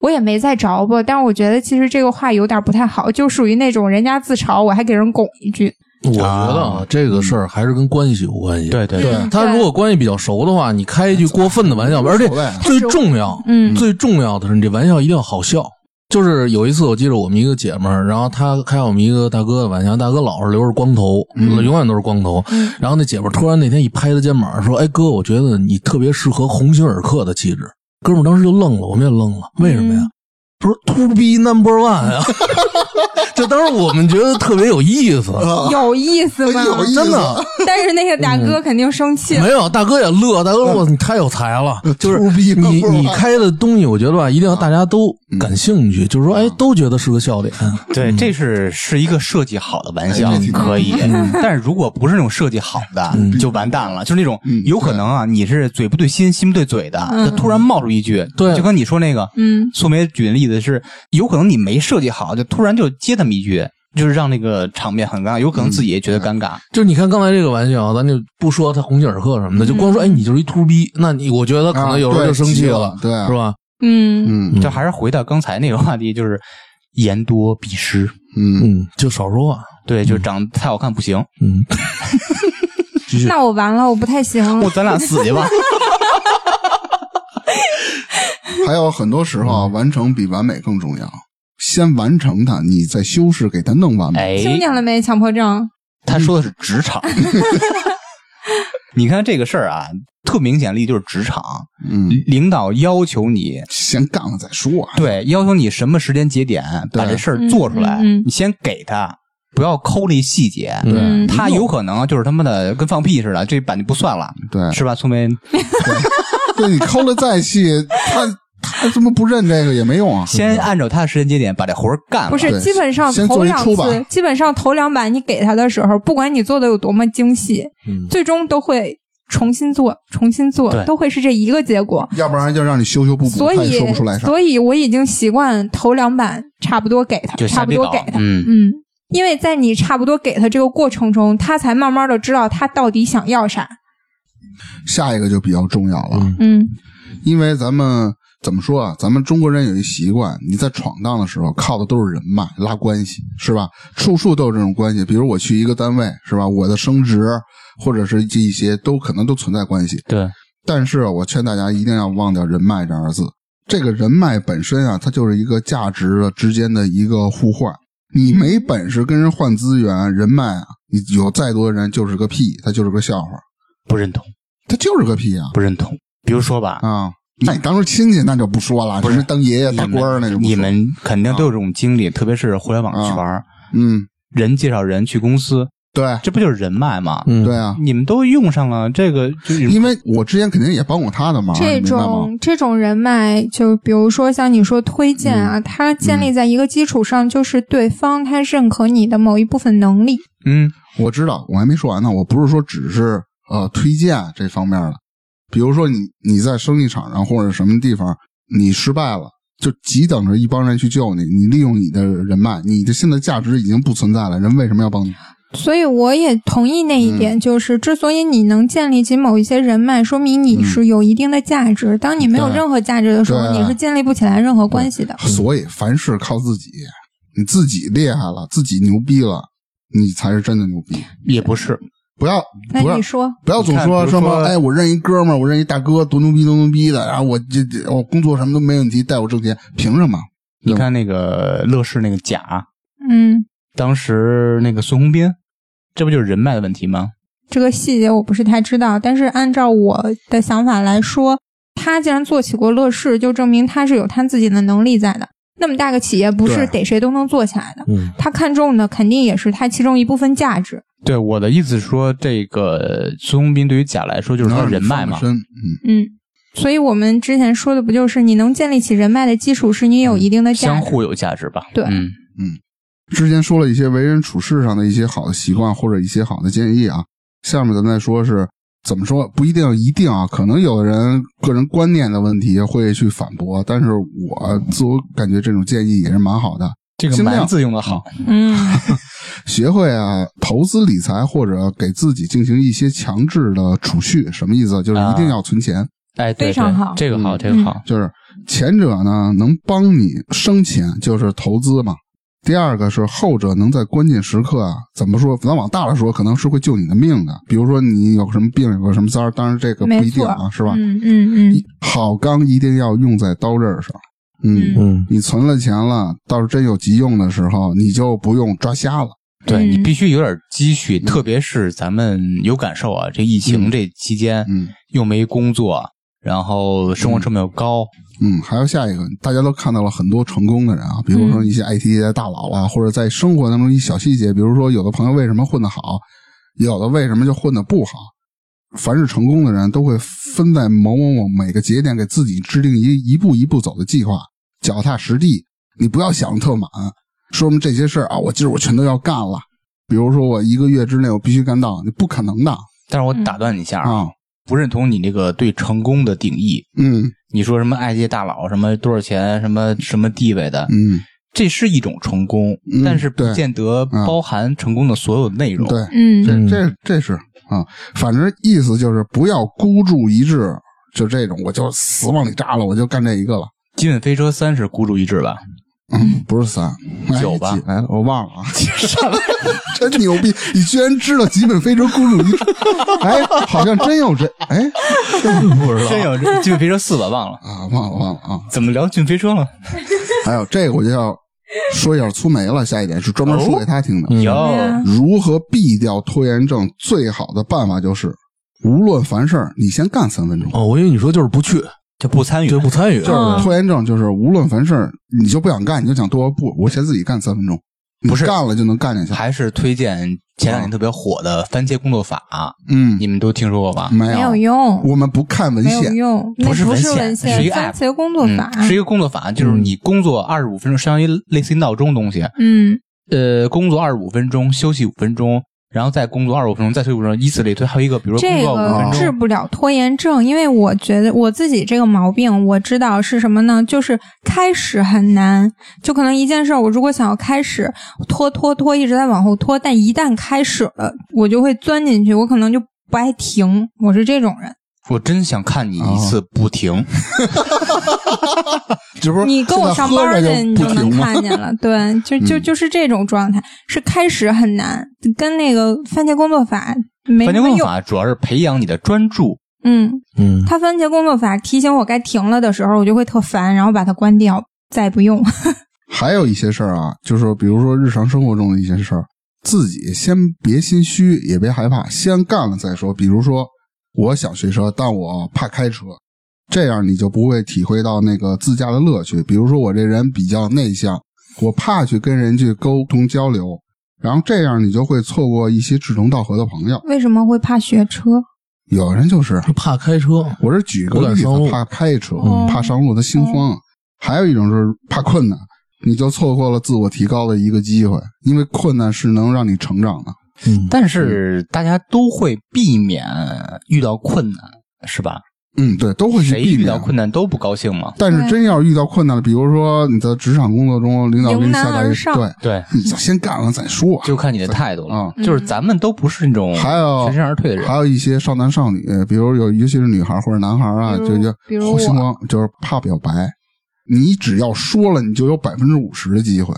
Speaker 2: 我也没再着吧，但我觉得其实这个话有点不太好，就属于那种人家自嘲，我还给人拱一句，
Speaker 4: 我觉得啊，这个事儿还是跟关系有关系。
Speaker 3: 对对
Speaker 1: 对
Speaker 2: 嗯
Speaker 4: 他如果关系比较熟的话，你开一句过分的玩笑，而且最重要，
Speaker 2: 嗯
Speaker 4: 最重要的是你这玩笑一定要好笑。就是有一次，我记得我们一个姐们儿，然后她开我们一个大哥的玩笑，大哥老是留着光头，永远都是光头。
Speaker 2: 嗯
Speaker 4: 然后那姐们儿突然那天一拍他肩膀说：“哎哥，我觉得你特别适合鸿星尔克的气质。”哥们儿当时就愣了，我们也愣了，为什么呀？他说：“To be number one *laughs* 啊！”这当时我们觉得特别有意思，
Speaker 2: 有意思吗？
Speaker 1: 有意思
Speaker 4: 真的。
Speaker 2: 但是那个大哥肯定生气了
Speaker 4: *laughs* 没。有，大哥也乐，大哥说我你太有才了，就是
Speaker 1: 牛逼了
Speaker 4: 你
Speaker 1: 嗯不是
Speaker 4: 你开的东西，我觉得吧，一定要大家都感兴趣，就是说，哎，都觉得是个笑点。
Speaker 1: 嗯
Speaker 2: 嗯
Speaker 3: 对，这是是一个设计好的玩笑
Speaker 1: 哎这挺，
Speaker 3: 可以。但是如果不是那种设计好的，就完蛋了。就是那种有可能啊，你是嘴不对心，心不对嘴的，就突然冒出一句，
Speaker 4: 对
Speaker 3: 就跟你说那个，
Speaker 2: 嗯，
Speaker 3: 苏梅举的例子是，有可能你没设计好，就突然就接他们一句，就是让那个场面很尴尬，有可能自己也觉得尴尬。
Speaker 4: 就是你看刚才这个玩笑，咱就不说他红警课什么的，就光说，哎，你就是一秃逼，那你我觉得可能有人就生气了
Speaker 1: 嗯啊，对急了对
Speaker 4: 是吧？
Speaker 2: 嗯，
Speaker 1: 嗯
Speaker 3: 这还是回到刚才那个话题，就是言多必失。
Speaker 1: 嗯，
Speaker 4: 嗯，就少说话。
Speaker 3: 对，就长得太好看不行，
Speaker 4: 嗯，
Speaker 2: 那我完了，我不太行
Speaker 3: 我哎
Speaker 2: 了。
Speaker 3: 咱俩死 *laughs* 去吧。
Speaker 1: 还有很多时候啊，完成比完美更重要。先完成它，你再修饰，给它弄完美。
Speaker 3: 哎，
Speaker 2: 听见了没？强迫症，
Speaker 3: 他说
Speaker 1: 嗯
Speaker 3: 的是职场。 *laughs* 你看这个事儿啊，特明显例就是职场，
Speaker 1: 嗯，
Speaker 3: 领导要求你，
Speaker 1: 先干了再说啊。
Speaker 3: 对，要求你什么时间节点把这事儿做出来，
Speaker 2: 嗯嗯嗯
Speaker 3: 你先给他，不要抠这细节。
Speaker 4: 对
Speaker 2: 嗯
Speaker 3: 他有可能就是他妈的跟放屁似的，这版就不算了，
Speaker 1: 对，
Speaker 3: 是吧？聪明，
Speaker 1: *laughs* 对你抠的再细， *laughs* 他他他妈不认这个也没用啊。
Speaker 3: 先按照他的时间节点把这活儿干了。
Speaker 2: 不是
Speaker 1: 对
Speaker 2: 基本上
Speaker 1: 先
Speaker 2: 头
Speaker 1: 做一
Speaker 2: 两
Speaker 1: 出吧
Speaker 2: 次，基本上头两版你给他的时候，不管你做的有多么精细，
Speaker 4: 嗯
Speaker 2: 最终都会重新做，重新做，
Speaker 3: 对
Speaker 2: 都会是这一个结果。
Speaker 1: 要不然就让你修修补补，
Speaker 2: 所
Speaker 1: 他也
Speaker 2: 以
Speaker 1: 说不出来，啥。
Speaker 2: 所以我已经习惯头两版差不多给他，
Speaker 3: 就
Speaker 2: 差
Speaker 3: 瞎
Speaker 2: 不
Speaker 3: 逼
Speaker 2: 多
Speaker 3: 搞
Speaker 2: 给他，
Speaker 3: 嗯
Speaker 2: 嗯，因为在你差不多给他这个过程中，他才慢慢的知道他到底想要啥。
Speaker 1: 下一个就比较重要了，
Speaker 4: 嗯
Speaker 2: 嗯
Speaker 1: 因为咱们怎么说啊？咱们中国人有一习惯，你在闯荡的时候靠的都是人脉拉关系，是吧？处处都有这种关系。比如我去一个单位，是吧？我的升职或者是这一些都可能都存在关系。
Speaker 3: 对，
Speaker 1: 但是我劝大家一定要忘掉“人脉”这二字。这个人脉本身啊，它就是一个价值的之间的一个互换。你没本事跟人换资源、人脉啊，你有再多的人就是个屁，他就是个笑话，
Speaker 3: 不认同，
Speaker 1: 他就是个屁啊
Speaker 3: 不认同。比如说吧，
Speaker 1: 啊！那你当时亲戚那就不说了，
Speaker 3: 不
Speaker 1: 什
Speaker 3: 是
Speaker 1: 么当爷爷
Speaker 3: 你
Speaker 1: 当
Speaker 3: 们
Speaker 1: 官儿那就不说
Speaker 3: 你们肯定都有这种经历，特别是互联网圈儿，
Speaker 1: 嗯，
Speaker 3: 人介绍人去公司，
Speaker 1: 对
Speaker 3: 这不就是人脉吗？
Speaker 4: 嗯
Speaker 1: 对啊，
Speaker 3: 你们都用上了，这个就是
Speaker 1: 因为我之前肯定也帮过他的忙，
Speaker 2: 这
Speaker 1: 啊你明白吗？
Speaker 2: 种这种人脉，就比如说像你说推荐啊，
Speaker 1: 嗯
Speaker 2: 它建立在一个基础上，就是对方他认可你的某一部分能力。
Speaker 3: 嗯，
Speaker 1: 我知道，我还没说完呢。我不是说只是呃推荐这方面的，比如说你你在生意场上或者什么地方你失败了，就急等着一帮人去救你，你利用你的人脉，你的现在价值已经不存在了，人为什么要帮你？
Speaker 2: 所以我也同意那一
Speaker 1: 嗯
Speaker 2: 点，就是之所以你能建立起某一些人脉，说明你是有一定的价值。当你没有
Speaker 1: 嗯对
Speaker 2: 任何价值的时候，
Speaker 1: 对
Speaker 2: 你是建立不起来任何关系的。
Speaker 3: 嗯
Speaker 1: 所以凡事靠自己，你自己厉害了，自己牛逼了，你才是真的牛逼。
Speaker 3: 也不是，
Speaker 1: 不要
Speaker 2: 那
Speaker 1: 不要
Speaker 2: 你说，
Speaker 1: 不要总说
Speaker 3: 你看比如
Speaker 1: 什
Speaker 3: 说
Speaker 1: 么哎，我认一哥们儿，我认一大哥，多牛逼多牛逼的，然后我这这我工作什么都没问题，带我挣钱，凭什么？
Speaker 3: 你看那个乐视那个甲，
Speaker 2: 嗯，
Speaker 3: 当时那个孙宏斌，这不就是人脉的问题吗？
Speaker 2: 这个细节我不是太知道，但是按照我的想法来说，他既然做起过乐视，就证明他是有他自己的能力在的。那么大个企业不是
Speaker 1: 对
Speaker 2: 逮谁都能做起来的，
Speaker 4: 嗯
Speaker 2: 他看重的肯定也是他其中一部分价值。
Speaker 3: 对，我的意思是说，这个孙宏斌对于甲来说就是他的人脉嘛
Speaker 1: 能让你放得，深嗯。
Speaker 2: 嗯，所以我们之前说的不就是你能建立起人脉的基础是你有一定的价值，
Speaker 3: 相互有价值吧？
Speaker 2: 对
Speaker 3: 嗯，
Speaker 1: 之前说了一些为人处事上的一些好的习惯或者一些好的建议啊，下面咱再说是怎么说，不一定一定啊，可能有的人个人观念的问题会去反驳，但是我自我感觉这种建议也是蛮好的。
Speaker 3: 这
Speaker 1: 尽
Speaker 3: 个“
Speaker 1: 量
Speaker 3: 蛮”字用的好， *laughs*
Speaker 2: 嗯，
Speaker 1: 学会啊，投资理财或者给自己进行一些强制的储蓄，什么意思啊？就是一定要存钱，
Speaker 3: 哎，对
Speaker 2: 非常
Speaker 3: 对
Speaker 2: 好
Speaker 3: 这个好，
Speaker 1: 嗯
Speaker 3: 这个好，
Speaker 1: 就是前者呢能帮你生钱，就是投资嘛。第二个是后者能在关键时刻啊，怎么说？咱往大了说，可能是会救你的命的。比如说你有什么病，有个什么灾儿，当然这个不
Speaker 2: 没
Speaker 1: 一定
Speaker 2: 错，
Speaker 1: 啊，是吧？
Speaker 2: 嗯嗯
Speaker 1: 一好钢一定要用在刀刃上。嗯，
Speaker 2: 嗯
Speaker 4: 嗯
Speaker 1: 你存了钱了，到时真有急用的时候，你就不用抓瞎了。
Speaker 3: 对你
Speaker 2: 嗯
Speaker 3: 必须有点积蓄，特别是咱们有感受啊，这疫情这期间，
Speaker 1: 嗯
Speaker 3: 又没工作，然后生活成本又高，
Speaker 1: 嗯，还有下一个，大家都看到了很多成功的人啊，比如啊说一些 IT 的大佬啦、或者在生活当中一小细节，比如说有的朋友为什么混得好，有的为什么就混得不好？凡是成功的人都会分在某某某每个节点给自己制定一一步一步走的计划，脚踏实地。你不要想得特满，说什么这些事儿啊，我今儿我全都要干了。比如说我一个月之内我必须干到，你不可能的
Speaker 3: 但是我
Speaker 2: 嗯
Speaker 3: 打断你一下啊，
Speaker 1: 啊。
Speaker 3: 不认同你这个对成功的定义。
Speaker 1: 嗯
Speaker 3: 你说什么爱界大佬，什么多少钱，什么什么地位的，
Speaker 1: 嗯，
Speaker 3: 这是一种成功，
Speaker 1: 嗯
Speaker 3: 但是不
Speaker 1: 对
Speaker 3: 见得
Speaker 1: 嗯
Speaker 3: 包含成功的所有内容。
Speaker 1: 对，
Speaker 2: 嗯，
Speaker 1: 这这这是啊，反正意思就是不要孤注一掷，就这种我就死往里扎了，我就干这一个了。
Speaker 3: 极品飞车三是孤注一掷吧？
Speaker 1: 嗯，不是三，
Speaker 3: 九
Speaker 1: 哎
Speaker 3: 吧
Speaker 1: 几来了，我忘了啊。 *laughs* 真牛逼！你居然知道极本非洲孤注一掷，哎，好像真有这，哎
Speaker 4: 不知道
Speaker 3: 真有这极品飞车四吧？忘了
Speaker 1: 啊，忘了忘了啊。
Speaker 3: 怎么聊极品飞车了？
Speaker 1: 还有这个我就要说一下粗眉了，下一点是专门说给他听的。
Speaker 2: 啊
Speaker 3: 有
Speaker 1: 如何避掉拖延症？最好的办法就是，无论凡事儿你先干三分钟。
Speaker 4: *laughs* 哦，我以为你说就是不去，
Speaker 3: 就不参与
Speaker 4: 就不参与，
Speaker 2: 嗯
Speaker 3: 嗯
Speaker 1: 就是拖延症，就是无论凡事儿你就不想干，你就想跺跺步，我先自己干三分钟，你
Speaker 3: 不是
Speaker 1: 干了就能干下去。
Speaker 3: 还是推荐前两年特别火的番茄工作法，
Speaker 1: 嗯，
Speaker 3: 你们都听说过吧？
Speaker 1: 没
Speaker 2: 没有
Speaker 1: 有，
Speaker 2: 用，
Speaker 1: 我们不看文
Speaker 2: 没有
Speaker 1: 献，
Speaker 2: 用，那
Speaker 3: 不是
Speaker 2: 不是
Speaker 3: 文献
Speaker 2: 文献，
Speaker 3: 是一个
Speaker 2: 番
Speaker 3: app
Speaker 2: 茄工作法，
Speaker 3: 嗯，是一个工作法，就是你工作二十五分钟，相当于类似于闹钟东西。
Speaker 2: 嗯
Speaker 3: 呃，工作二十五分钟，休息五分钟，然后再工作二十五分钟，再休息五分钟，以此类推。还有一个，比如说工
Speaker 2: 这
Speaker 3: 作五
Speaker 2: 个
Speaker 1: 哦
Speaker 3: 分
Speaker 2: 治
Speaker 3: 钟，
Speaker 2: 不了拖延症，因为我觉得我自己这个毛病，我知道是什么呢？就是开始很难，就可能一件事儿，我如果想要开始拖拖拖，一直在往后拖，但一旦开始了，我就会钻进去，我可能就不爱停，我是这种人。
Speaker 3: 我真想看你一次不停。
Speaker 1: 这不是
Speaker 2: 你跟我
Speaker 1: 现在
Speaker 2: 上
Speaker 1: 喝
Speaker 2: 班儿
Speaker 1: 着
Speaker 2: 去，你
Speaker 1: 就
Speaker 2: 就
Speaker 1: 不
Speaker 2: 能
Speaker 1: 停吗？
Speaker 2: 看见了。对，就就
Speaker 1: 嗯
Speaker 2: 就是这种状态，是开始很难，跟那个番茄工作法没
Speaker 3: 番
Speaker 2: 什
Speaker 3: 茄
Speaker 2: 么
Speaker 3: 工作
Speaker 2: 用。
Speaker 3: 法主要是培养你的专注，
Speaker 2: 嗯，
Speaker 4: 嗯，
Speaker 2: 他番茄工作法提醒我该停了的时候，我就会特烦，然后把它关掉，再也不用。 *laughs*
Speaker 1: 还有一些事儿啊，就是比如说日常生活中的一些事儿，自己先别心虚，也别害怕，先干了再说。比如说，我想学车，但我怕开车，这样你就不会体会到那个自驾的乐趣。比如说，我这人比较内向，我怕去跟人去沟通交流，然后这样你就会错过一些志同道合的朋友。
Speaker 2: 为什么会怕学车？
Speaker 1: 有人就是
Speaker 4: 怕开车，
Speaker 1: 我是举个
Speaker 4: 不敢
Speaker 1: 例子
Speaker 4: 上路，
Speaker 1: 怕开车，
Speaker 2: 嗯
Speaker 1: 怕上路，他心慌；啊还有一种是怕困难，你就错过了自我提高的一个机会，因为困难是能让你成长的。
Speaker 4: 嗯，
Speaker 3: 但是大家都会避免遇到困难，是吧？
Speaker 1: 嗯，对，都会去
Speaker 3: 谁
Speaker 1: 避
Speaker 3: 遇到
Speaker 1: 免。
Speaker 3: 困难都不高兴嘛。
Speaker 1: 但是真要是遇到困难了，比如说你在职场工作中，领导给你
Speaker 2: 迎难
Speaker 1: 下达
Speaker 2: 而
Speaker 1: 一
Speaker 2: *laughs* 上
Speaker 1: 对，
Speaker 3: 对，
Speaker 1: 你就先干了再说。
Speaker 3: 就看你的态度了
Speaker 1: 啊。
Speaker 2: 嗯
Speaker 3: 就是咱们都不是那种
Speaker 1: 还有
Speaker 3: 全身而退的人
Speaker 1: 还。有一些少男少女，比如有，尤其是女孩或者男孩啊，
Speaker 2: 比
Speaker 1: 就
Speaker 2: 如
Speaker 1: 就
Speaker 2: 比如
Speaker 1: 好心
Speaker 2: 我
Speaker 1: 慌，就是怕表白。你只要说了，你就有百分之五十的机会；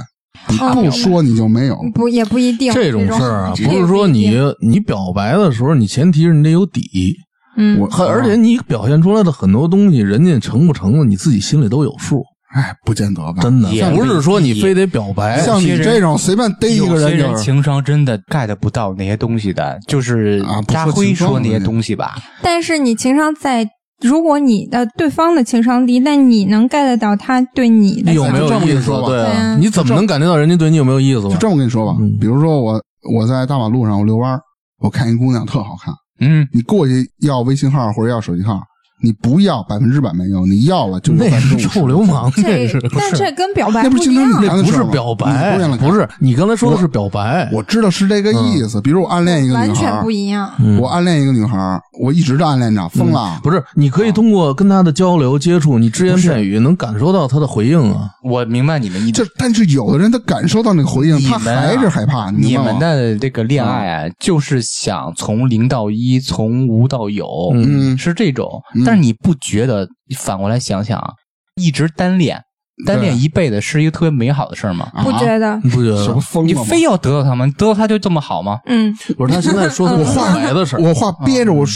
Speaker 1: 你
Speaker 2: 怕
Speaker 1: 不
Speaker 2: 表白
Speaker 1: 说，你就没有。
Speaker 2: 不也不一定。
Speaker 4: 这种事儿啊，
Speaker 2: 这种
Speaker 4: 不是说你你表白的时候，你前提是你得有底，
Speaker 2: 嗯，
Speaker 1: 我
Speaker 4: 还而且你表现出来的很多东西，人家成不成的，你自己心里都有数，
Speaker 1: 哎，不见得吧？
Speaker 4: 真的
Speaker 3: 也
Speaker 4: 啊不是说你非得表白，
Speaker 1: 像你这种随便逮一
Speaker 3: 有
Speaker 1: 个
Speaker 3: 些
Speaker 1: 人
Speaker 3: 人
Speaker 1: 就是，
Speaker 3: 情商真的 get 不到那些东西的，就是
Speaker 1: 啊不说
Speaker 3: 扎辉
Speaker 1: 情商
Speaker 3: 说那些
Speaker 1: 了那
Speaker 3: 东西吧，
Speaker 2: 但是你情商在，如果你的对方的情商低，但你能 get 到他对你的
Speaker 4: 你有没有
Speaker 1: 这么
Speaker 4: 意
Speaker 1: 跟你
Speaker 4: 思
Speaker 1: 说？吧
Speaker 4: 对
Speaker 2: 对
Speaker 4: 啊
Speaker 2: 啊，
Speaker 4: 你怎么能感觉到人家对你有没有意思
Speaker 1: 就
Speaker 4: 吧？
Speaker 1: 这么跟你说吧
Speaker 4: 嗯，
Speaker 1: 比如说我我在大马路上我遛弯儿，我看一姑娘特好看，
Speaker 3: 嗯，
Speaker 1: 你过去要微信号或者要手机号，你不要百分之百没有，你要了就
Speaker 4: 那
Speaker 1: 是
Speaker 4: 是臭流氓，
Speaker 2: 这
Speaker 4: 那是不
Speaker 2: 但
Speaker 4: 是
Speaker 2: 这嗯跟表白
Speaker 1: 那不
Speaker 2: 不
Speaker 1: 是
Speaker 2: 一
Speaker 1: 经常
Speaker 2: 样。
Speaker 1: 两
Speaker 4: 那
Speaker 1: 个
Speaker 4: 不
Speaker 1: 事
Speaker 4: 是
Speaker 1: 儿吗
Speaker 4: 表
Speaker 1: 你
Speaker 4: 白
Speaker 1: 不是两，个
Speaker 4: 不是你刚才说的是表白，
Speaker 1: 我知道是这个意
Speaker 3: 嗯
Speaker 1: 思。比如我暗恋一个女
Speaker 2: 完
Speaker 1: 孩
Speaker 2: 全
Speaker 1: 儿
Speaker 2: 不，一样，
Speaker 4: 嗯
Speaker 1: 我暗恋一个女孩儿，我一直都暗恋着，疯了。
Speaker 3: 嗯
Speaker 4: 不是，你可以通过跟他的交流接触，你只言片语能感受到他的回应啊。
Speaker 3: 我明白你们意
Speaker 1: 就
Speaker 3: 思。
Speaker 1: 但是有的人他感受到那个回应，
Speaker 3: 你
Speaker 1: 他
Speaker 3: 们啊
Speaker 1: 还是害怕。
Speaker 3: 你
Speaker 1: 明白
Speaker 3: 们
Speaker 1: 吗？
Speaker 3: 的这个恋爱啊，
Speaker 1: 嗯
Speaker 3: 就是想从零到一，从无到有，
Speaker 1: 嗯
Speaker 3: 是这种
Speaker 1: 嗯。
Speaker 3: 但是你不觉得？你反过来想想啊，一直单恋，单恋
Speaker 1: 对啊
Speaker 3: 一啊辈子是一个特别美好的事儿吗？
Speaker 2: 不觉得？
Speaker 4: 你不觉
Speaker 1: 什么
Speaker 4: 得？
Speaker 1: 疯
Speaker 3: 你
Speaker 1: 了吗？
Speaker 3: 非要得到他们，得到他就这么好吗？
Speaker 2: 嗯，
Speaker 4: 不是，他现在说的
Speaker 1: 我
Speaker 4: 是表
Speaker 1: 话
Speaker 4: 白的事儿。
Speaker 1: 我话憋着，
Speaker 3: 嗯
Speaker 1: 我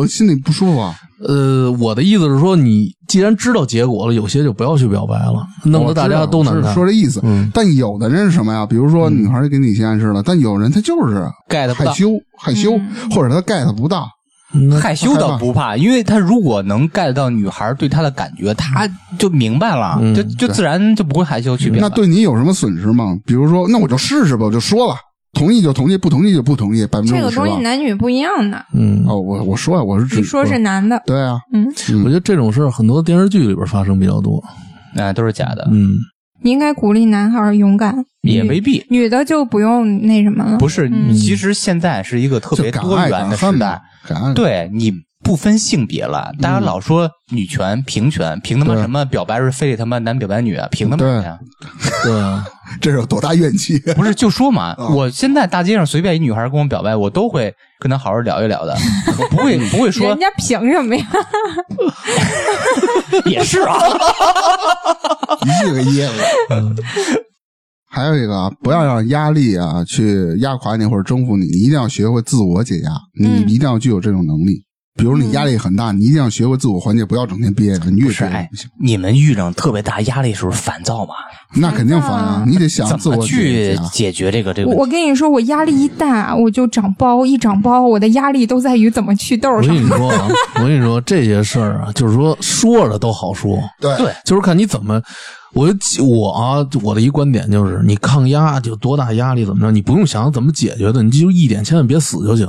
Speaker 1: 我心里不舒服啊。
Speaker 4: 呃，我的意思是说，你既然知道结果了，有些就不要去表白了，
Speaker 3: 嗯
Speaker 4: 弄得大家都难
Speaker 1: 哦我知道我
Speaker 4: 看
Speaker 1: 是。说这意思，
Speaker 4: 嗯
Speaker 1: 但有的人是什么呀？比如说女孩给你一些暗示了，但有人他就是
Speaker 3: get 嗯不
Speaker 1: 害
Speaker 3: 到，
Speaker 1: 羞，害羞，
Speaker 2: 嗯
Speaker 1: 或者他 get 不到。
Speaker 4: 那
Speaker 3: 害羞倒不怕，因为他如果能 get 到女孩对他的感觉，他就明白了，
Speaker 4: 嗯
Speaker 3: 就就自然就不会害羞去表
Speaker 1: 那
Speaker 3: 白。
Speaker 1: 对你有什么损失吗？比如说，那我就试试吧，我就说了，同意就同意，不同意就不同意，百分之
Speaker 2: 这
Speaker 1: 五
Speaker 2: 个
Speaker 1: 十
Speaker 2: 东西
Speaker 1: 吧。
Speaker 2: 男女不一样的，
Speaker 4: 嗯，
Speaker 1: 哦，我我说啊，我是指
Speaker 2: 你说是男的，
Speaker 1: 对啊，
Speaker 2: 嗯，
Speaker 4: 我觉得这种事儿很多电视剧里边发生比较多。
Speaker 3: 哎，都是假的，
Speaker 4: 嗯，
Speaker 2: 你应该鼓励男孩勇敢，
Speaker 3: 也未必。
Speaker 2: 女的就不用那什么了。
Speaker 3: 不是，其实现在是一个特
Speaker 1: 就
Speaker 3: 别
Speaker 1: 敢
Speaker 3: 多
Speaker 1: 爱
Speaker 3: 元
Speaker 1: 敢
Speaker 3: 的
Speaker 1: 恨
Speaker 3: 时
Speaker 1: 吧
Speaker 3: 代，，
Speaker 1: 敢爱
Speaker 3: 对你不分性别了，大家老说女权、平权，凭他妈
Speaker 1: 对
Speaker 3: 什么表白是非得他妈男表白女啊？凭他妈什么呀？
Speaker 4: 对啊，
Speaker 1: 这有多大怨气？啊
Speaker 3: 不是就说嘛，我现在大街上随便一女孩跟我表白，我都会跟她好好聊一聊的，我不会不会说
Speaker 2: 人家凭什么呀？
Speaker 3: 也是啊，
Speaker 1: 一句个噎了。还有一个啊，不要让压力啊去压垮你或者征服你，你一定要学会自我解压，你
Speaker 2: 嗯
Speaker 1: 一定要具有这种能力。比如你压力很大，你一定要学会自我缓解，不要整天憋着，你越
Speaker 3: 不是
Speaker 1: *laughs* 憋越
Speaker 3: 哎
Speaker 1: 不行，
Speaker 3: 你们遇上特别大压力的时候烦躁吗？
Speaker 1: 那肯定烦啊！你得想自
Speaker 3: 怎么
Speaker 1: 我解啊
Speaker 3: 去
Speaker 1: 压。
Speaker 3: 解决这个这个
Speaker 2: 我
Speaker 3: 问题？
Speaker 2: 我跟你说，我压力一大，我就长包，一长包，我的压力都在于怎么祛
Speaker 4: 我
Speaker 2: 痘
Speaker 4: 跟
Speaker 2: 上。
Speaker 4: 你说啊，我跟你说这些事儿啊，就是说说着都好说，
Speaker 1: 对
Speaker 3: 对
Speaker 4: 就是看你怎么。我我啊，我的一观点就是，你抗压就多大压力怎么着，你不用想怎么解决的，你就一点千万别死就行。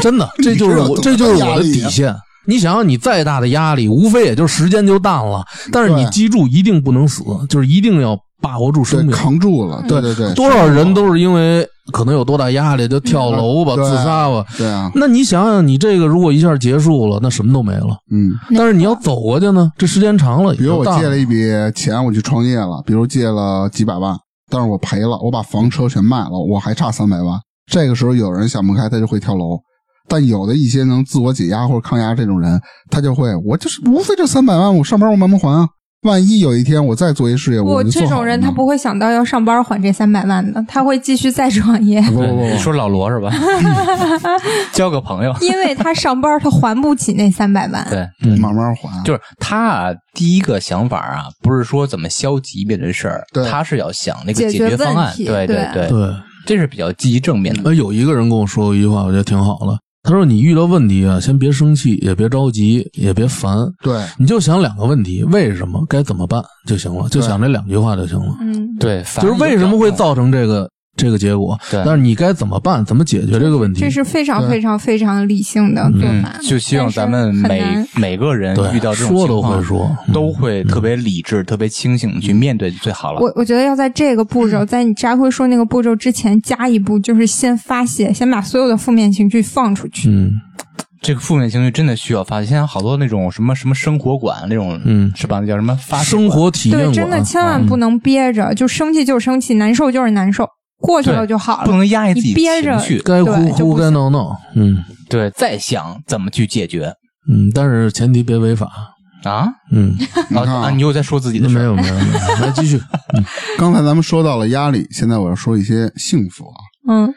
Speaker 4: 真的，这就是
Speaker 1: 你
Speaker 4: 我
Speaker 1: 知道
Speaker 4: 这
Speaker 1: 多
Speaker 4: 就
Speaker 1: 大
Speaker 4: 是我的底线。你想想，你再大的压力，无非也就是时间就淡了。但是你
Speaker 1: 对
Speaker 4: 记住，一定不能死，就是一定要把握住生
Speaker 1: 对，
Speaker 4: 命。
Speaker 1: 扛住了，对对对，
Speaker 4: 多少人都是因为可能有多大压力，就跳楼吧、
Speaker 1: 对
Speaker 4: 自杀吧。
Speaker 1: 对啊，
Speaker 4: 那你想想，你这个如果一下结束了，那什么都没了。
Speaker 1: 嗯。
Speaker 4: 但是你要走过去呢，这时间长了，
Speaker 1: 比如我
Speaker 4: 也就
Speaker 1: 借
Speaker 4: 淡
Speaker 1: 了
Speaker 4: 了
Speaker 1: 一笔钱，我去创业了，比如借了几百万，但是我赔了，我把房车全卖了，我还差三百万。这个时候有人想不开，他就会跳楼。但有的一些能自我解压或者抗压这种人，他就会，我就是无非这三百万，我上班我慢慢还啊。万一有一天我再做一事业，
Speaker 2: 我
Speaker 1: 就做
Speaker 2: 这
Speaker 1: 好
Speaker 2: 种
Speaker 1: 了
Speaker 2: 人，
Speaker 1: 嘛
Speaker 2: 他不会想到要上班还这三百万的，他会继续再创业，
Speaker 1: 不不不
Speaker 3: 嗯你说老罗是吧？交个朋友，
Speaker 2: 因为他上班他还不起那三百万。
Speaker 3: *laughs* 对。嗯
Speaker 1: 不，慢慢还。
Speaker 3: 就是他啊，第一个想法啊，不是说怎么消极面对事儿
Speaker 1: 对，
Speaker 3: 他是要想那个
Speaker 2: 解
Speaker 3: 解
Speaker 2: 决
Speaker 3: 决方
Speaker 2: 问
Speaker 3: 案，
Speaker 2: 题
Speaker 3: 对
Speaker 2: 对
Speaker 3: 对，
Speaker 4: 对。
Speaker 3: 这是比较积极正面的。
Speaker 4: 呃，有一个人跟我说过一句话，我觉得挺好的。他说：“你遇到问题啊，先别生气，也别着急，也别烦，
Speaker 1: 对，
Speaker 4: 你就想两个问题：为什么，该怎么办就行了，就
Speaker 1: 对
Speaker 4: 想这两句话就行了。
Speaker 2: 嗯，
Speaker 3: 对，反
Speaker 4: 就是为什么会
Speaker 3: 而就比较
Speaker 4: 造成这个这个结果？
Speaker 3: 对
Speaker 4: 但是你该怎么办，怎么解决这个问题？
Speaker 2: 这是非常
Speaker 1: 对
Speaker 2: 非常非常理性的做
Speaker 3: 嗯
Speaker 2: 法，，
Speaker 3: 就希望咱们
Speaker 2: 但是很
Speaker 3: *laughs* 每
Speaker 2: 难
Speaker 3: 每个人
Speaker 4: 对
Speaker 3: 遇到这种
Speaker 4: 说
Speaker 3: 情
Speaker 4: 都
Speaker 3: 况，
Speaker 4: 会说嗯
Speaker 3: 都会特别理智、特别清醒地去面对最好了。
Speaker 2: 我我觉得要在这个步
Speaker 3: *laughs*
Speaker 2: 骤，在你扎辉说那个步骤之前加一步，就是先发泄，先把所有的负面情绪放出去。
Speaker 4: 嗯
Speaker 3: 这个负面情绪真的需要发泄。现在好多那种什么什么生活馆那种，
Speaker 4: 嗯
Speaker 3: 是吧？那叫什么发泄
Speaker 4: 生活体验
Speaker 2: 对，
Speaker 4: 馆
Speaker 2: 真的千万不能憋着，就生气就生气，难受就是难受，过去了就好了。
Speaker 3: 不能压抑自己
Speaker 2: 你憋着
Speaker 3: 情绪，
Speaker 4: 该
Speaker 2: 对
Speaker 4: 哭
Speaker 2: 就
Speaker 4: 哭，
Speaker 2: 不
Speaker 4: 该
Speaker 2: 行
Speaker 4: 闹闹。嗯
Speaker 3: 对，再想怎么去解决
Speaker 4: 嗯，但是前提别违法。
Speaker 3: 啊？
Speaker 4: 嗯，
Speaker 1: 你
Speaker 3: 啊
Speaker 1: 看啊
Speaker 3: 啊！你又在说自己的事
Speaker 4: 没
Speaker 3: 儿
Speaker 4: 有没有没有，来 *laughs* 继续。
Speaker 1: 刚才咱们说到了压力，现在我要说一些幸福啊。
Speaker 2: 嗯，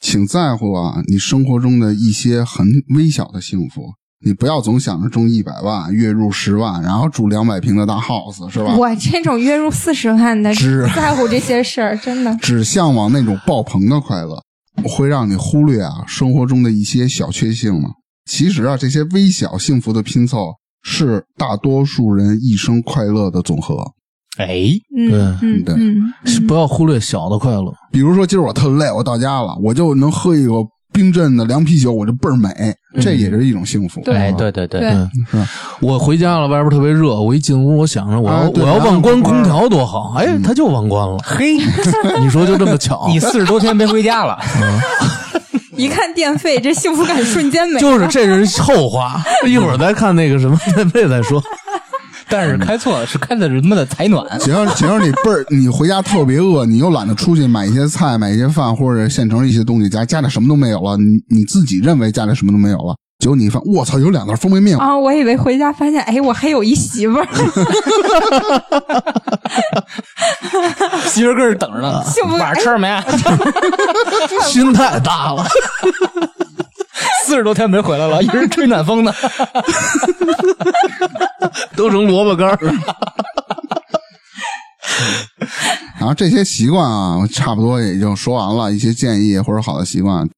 Speaker 1: 请在乎啊，你生活中的一些很微小的幸福。你不要总想着中一百万，月入十万，然后住两百平的大 house，是吧？
Speaker 2: 我这种月入四十万的，
Speaker 1: 是
Speaker 2: 只在乎这些事儿，真的。
Speaker 1: 只向往那种爆棚的快乐，会让你忽略啊生活中的一些小确幸嘛。其实啊，这些微小幸福的拼凑是大多数人一生快乐的总和。
Speaker 3: 哎，
Speaker 2: 嗯
Speaker 4: 对
Speaker 2: 嗯
Speaker 1: 对
Speaker 2: 嗯，
Speaker 4: 不要忽略小的快乐。
Speaker 1: 比如说，今儿我特累，我到家了，我就能喝一个冰镇的凉啤酒，我就倍儿美，这也是一种幸福。
Speaker 2: 对
Speaker 3: 哎，对对对
Speaker 2: 对
Speaker 7: *laughs*
Speaker 1: 是吧
Speaker 4: 我回家了，外边特别热，我一进屋，我想着我要、
Speaker 1: 啊对
Speaker 4: 我要
Speaker 1: 咱
Speaker 4: 忘关
Speaker 1: 忘关
Speaker 4: 空调多好，哎，它就忘 *laughs* 关了。
Speaker 3: 嘿，，
Speaker 4: 你说就这么巧 *laughs*
Speaker 3: 你四十多天没回家了，
Speaker 2: 一看电费，这幸福感瞬间没了。
Speaker 4: *laughs* 就是这是后话，一会儿再看那个什么电费再说。
Speaker 3: 但是开错了，是开的什么的采暖。
Speaker 1: *laughs* 只要只要你倍儿，你回家特别饿，你又懒得出去买一些菜、买一些饭，或者县城一些东西家，家里什么都没有了，你你自己认为家里什么都没有了，结果你一翻，我操，有两袋方便面，
Speaker 2: 啊，我以为回家发现，哎，我还有一媳妇儿，
Speaker 3: 媳妇儿跟这儿等着
Speaker 4: 嗯
Speaker 3: 呢
Speaker 2: 幸福，感
Speaker 3: 晚上吃了没？啊
Speaker 4: *laughs* 心太大了，
Speaker 3: 四十多天没回来了，一直吹暖
Speaker 7: *laughs*
Speaker 3: 风呢。
Speaker 4: 都成萝卜干儿了。
Speaker 1: 然后这些习惯啊，我差不多也就说完了，一些建议或者好的习惯。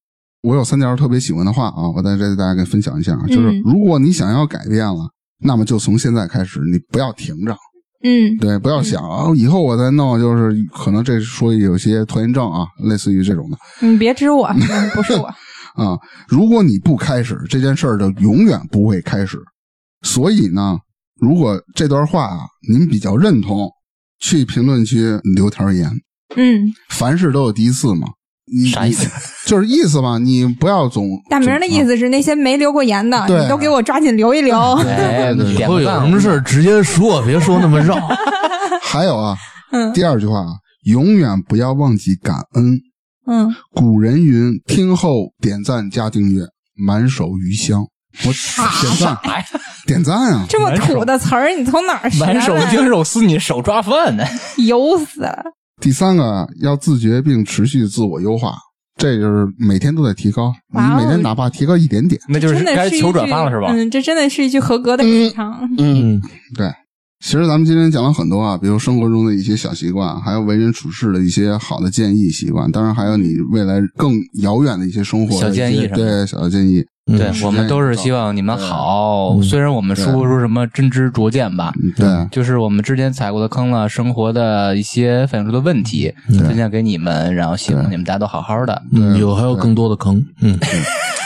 Speaker 1: 我有三条特别喜欢的话啊，我在这大家给分享一下啊，就是
Speaker 2: 嗯
Speaker 1: 如果你想要改变了，那么就从现在开始，你不要停着，
Speaker 2: 嗯
Speaker 1: 对，不要想啊，以后我再弄，就是可能这说有些拖延症啊，类似于这种的
Speaker 2: 你别指我，嗯不是我。
Speaker 1: 啊。如果你不开始这件事儿，就永远不会开始。所以呢，如果这段话啊您比较认同，去评论区留条言。
Speaker 2: 嗯，
Speaker 1: 凡事都有第一次嘛，你
Speaker 3: 啥意思？
Speaker 1: 就是意思吧，你不要总
Speaker 2: *laughs* 大明的意
Speaker 1: 思。
Speaker 2: 思是那些没留过言的，
Speaker 1: 对
Speaker 2: 你都给我抓紧留一留。
Speaker 3: *laughs* 哎，
Speaker 4: 以
Speaker 3: 点
Speaker 4: 后
Speaker 3: 个
Speaker 4: 有
Speaker 3: 赞
Speaker 4: 什么事儿直接说，别说那么绕。
Speaker 1: 还有啊，
Speaker 2: *laughs* 嗯
Speaker 1: 第二句话啊，永远不要忘记感恩。
Speaker 2: 嗯，
Speaker 1: 古人云：“听后点赞加订阅，满手余香。”我点赞，
Speaker 7: 哎
Speaker 1: 点赞啊！
Speaker 2: 这么土的词儿，你从哪儿学
Speaker 7: 满手
Speaker 2: 的？
Speaker 7: 经手撕你手抓饭呢。
Speaker 2: *laughs* 油死了。
Speaker 1: 第三个啊要自觉并持续自我优化，这就是每天都在提高。你
Speaker 2: 哇哦
Speaker 1: 每天哪怕提高一点点，
Speaker 7: 那就
Speaker 2: 真的
Speaker 7: 该
Speaker 2: 是一
Speaker 7: 求转
Speaker 2: 句
Speaker 7: 发了是吧？
Speaker 2: 嗯，这真的是一句合格的日常。
Speaker 4: 嗯，
Speaker 1: 其实咱们今天讲了很多啊，比如生活中的一些小习惯，还有为人处事的一些好的建议习惯，当然还有你未来更遥远的一些生活的
Speaker 7: 小
Speaker 1: 一
Speaker 7: 建
Speaker 1: 些
Speaker 7: 议什么
Speaker 1: 对小建议，
Speaker 4: 嗯
Speaker 7: 对
Speaker 1: 时
Speaker 7: 我
Speaker 1: 间
Speaker 7: 们
Speaker 1: 也
Speaker 7: 都是
Speaker 1: 到
Speaker 7: 希望你们
Speaker 1: 对
Speaker 7: 好，
Speaker 4: 嗯
Speaker 7: 虽然我们
Speaker 1: 对
Speaker 7: 说不出什么真知灼见吧，
Speaker 1: 嗯对，
Speaker 7: 就是我们之前踩过的坑了，生活的一些反映出的问题，
Speaker 3: 嗯
Speaker 7: 分享给你们，然后希望你们大家都好好的。
Speaker 4: 嗯，有还有更多的坑。嗯，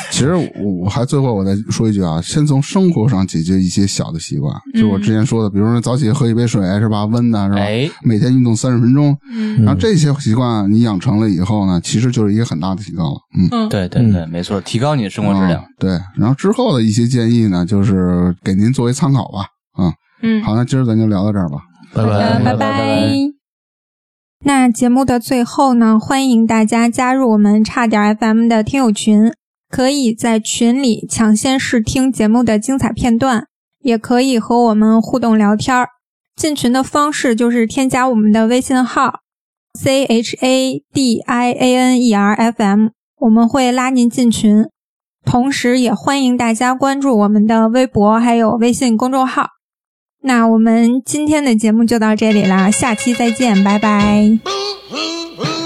Speaker 1: 其实我我还最后我再说一句啊，先从生活上解决一些小的习惯，就我之前说的，比如说早起喝一杯水是吧，温的是
Speaker 3: 嗯
Speaker 1: 吧，
Speaker 7: 哎，
Speaker 1: 每天运动三十分钟，
Speaker 2: 嗯
Speaker 1: 然后这些习惯你养成了以后呢，其实就是一个很大的提高了，嗯。
Speaker 2: 嗯，
Speaker 7: 对对对，没错，提高你的生活质量
Speaker 1: 嗯。对，然后之后的一些建议呢，就是给您作为参考吧。嗯，
Speaker 2: 嗯，
Speaker 1: 好，那今儿咱就聊到这儿吧。
Speaker 4: 拜
Speaker 2: 好的，
Speaker 4: 嗯
Speaker 2: 拜
Speaker 4: 拜。
Speaker 7: 拜拜。
Speaker 2: 那节目的最后呢，欢迎大家加入我们差点 FM 的听友群，可以在群里抢先试听节目的精彩片段，也可以和我们互动聊天儿。进群的方式就是添加我们的微信号 c h a d i a n e r f m，我们会拉您进群。同时，也欢迎大家关注我们的微博还有微信公众号。那我们今天的节目就到这里啦，下期再见，拜拜。
Speaker 5: Boo hoo hoo.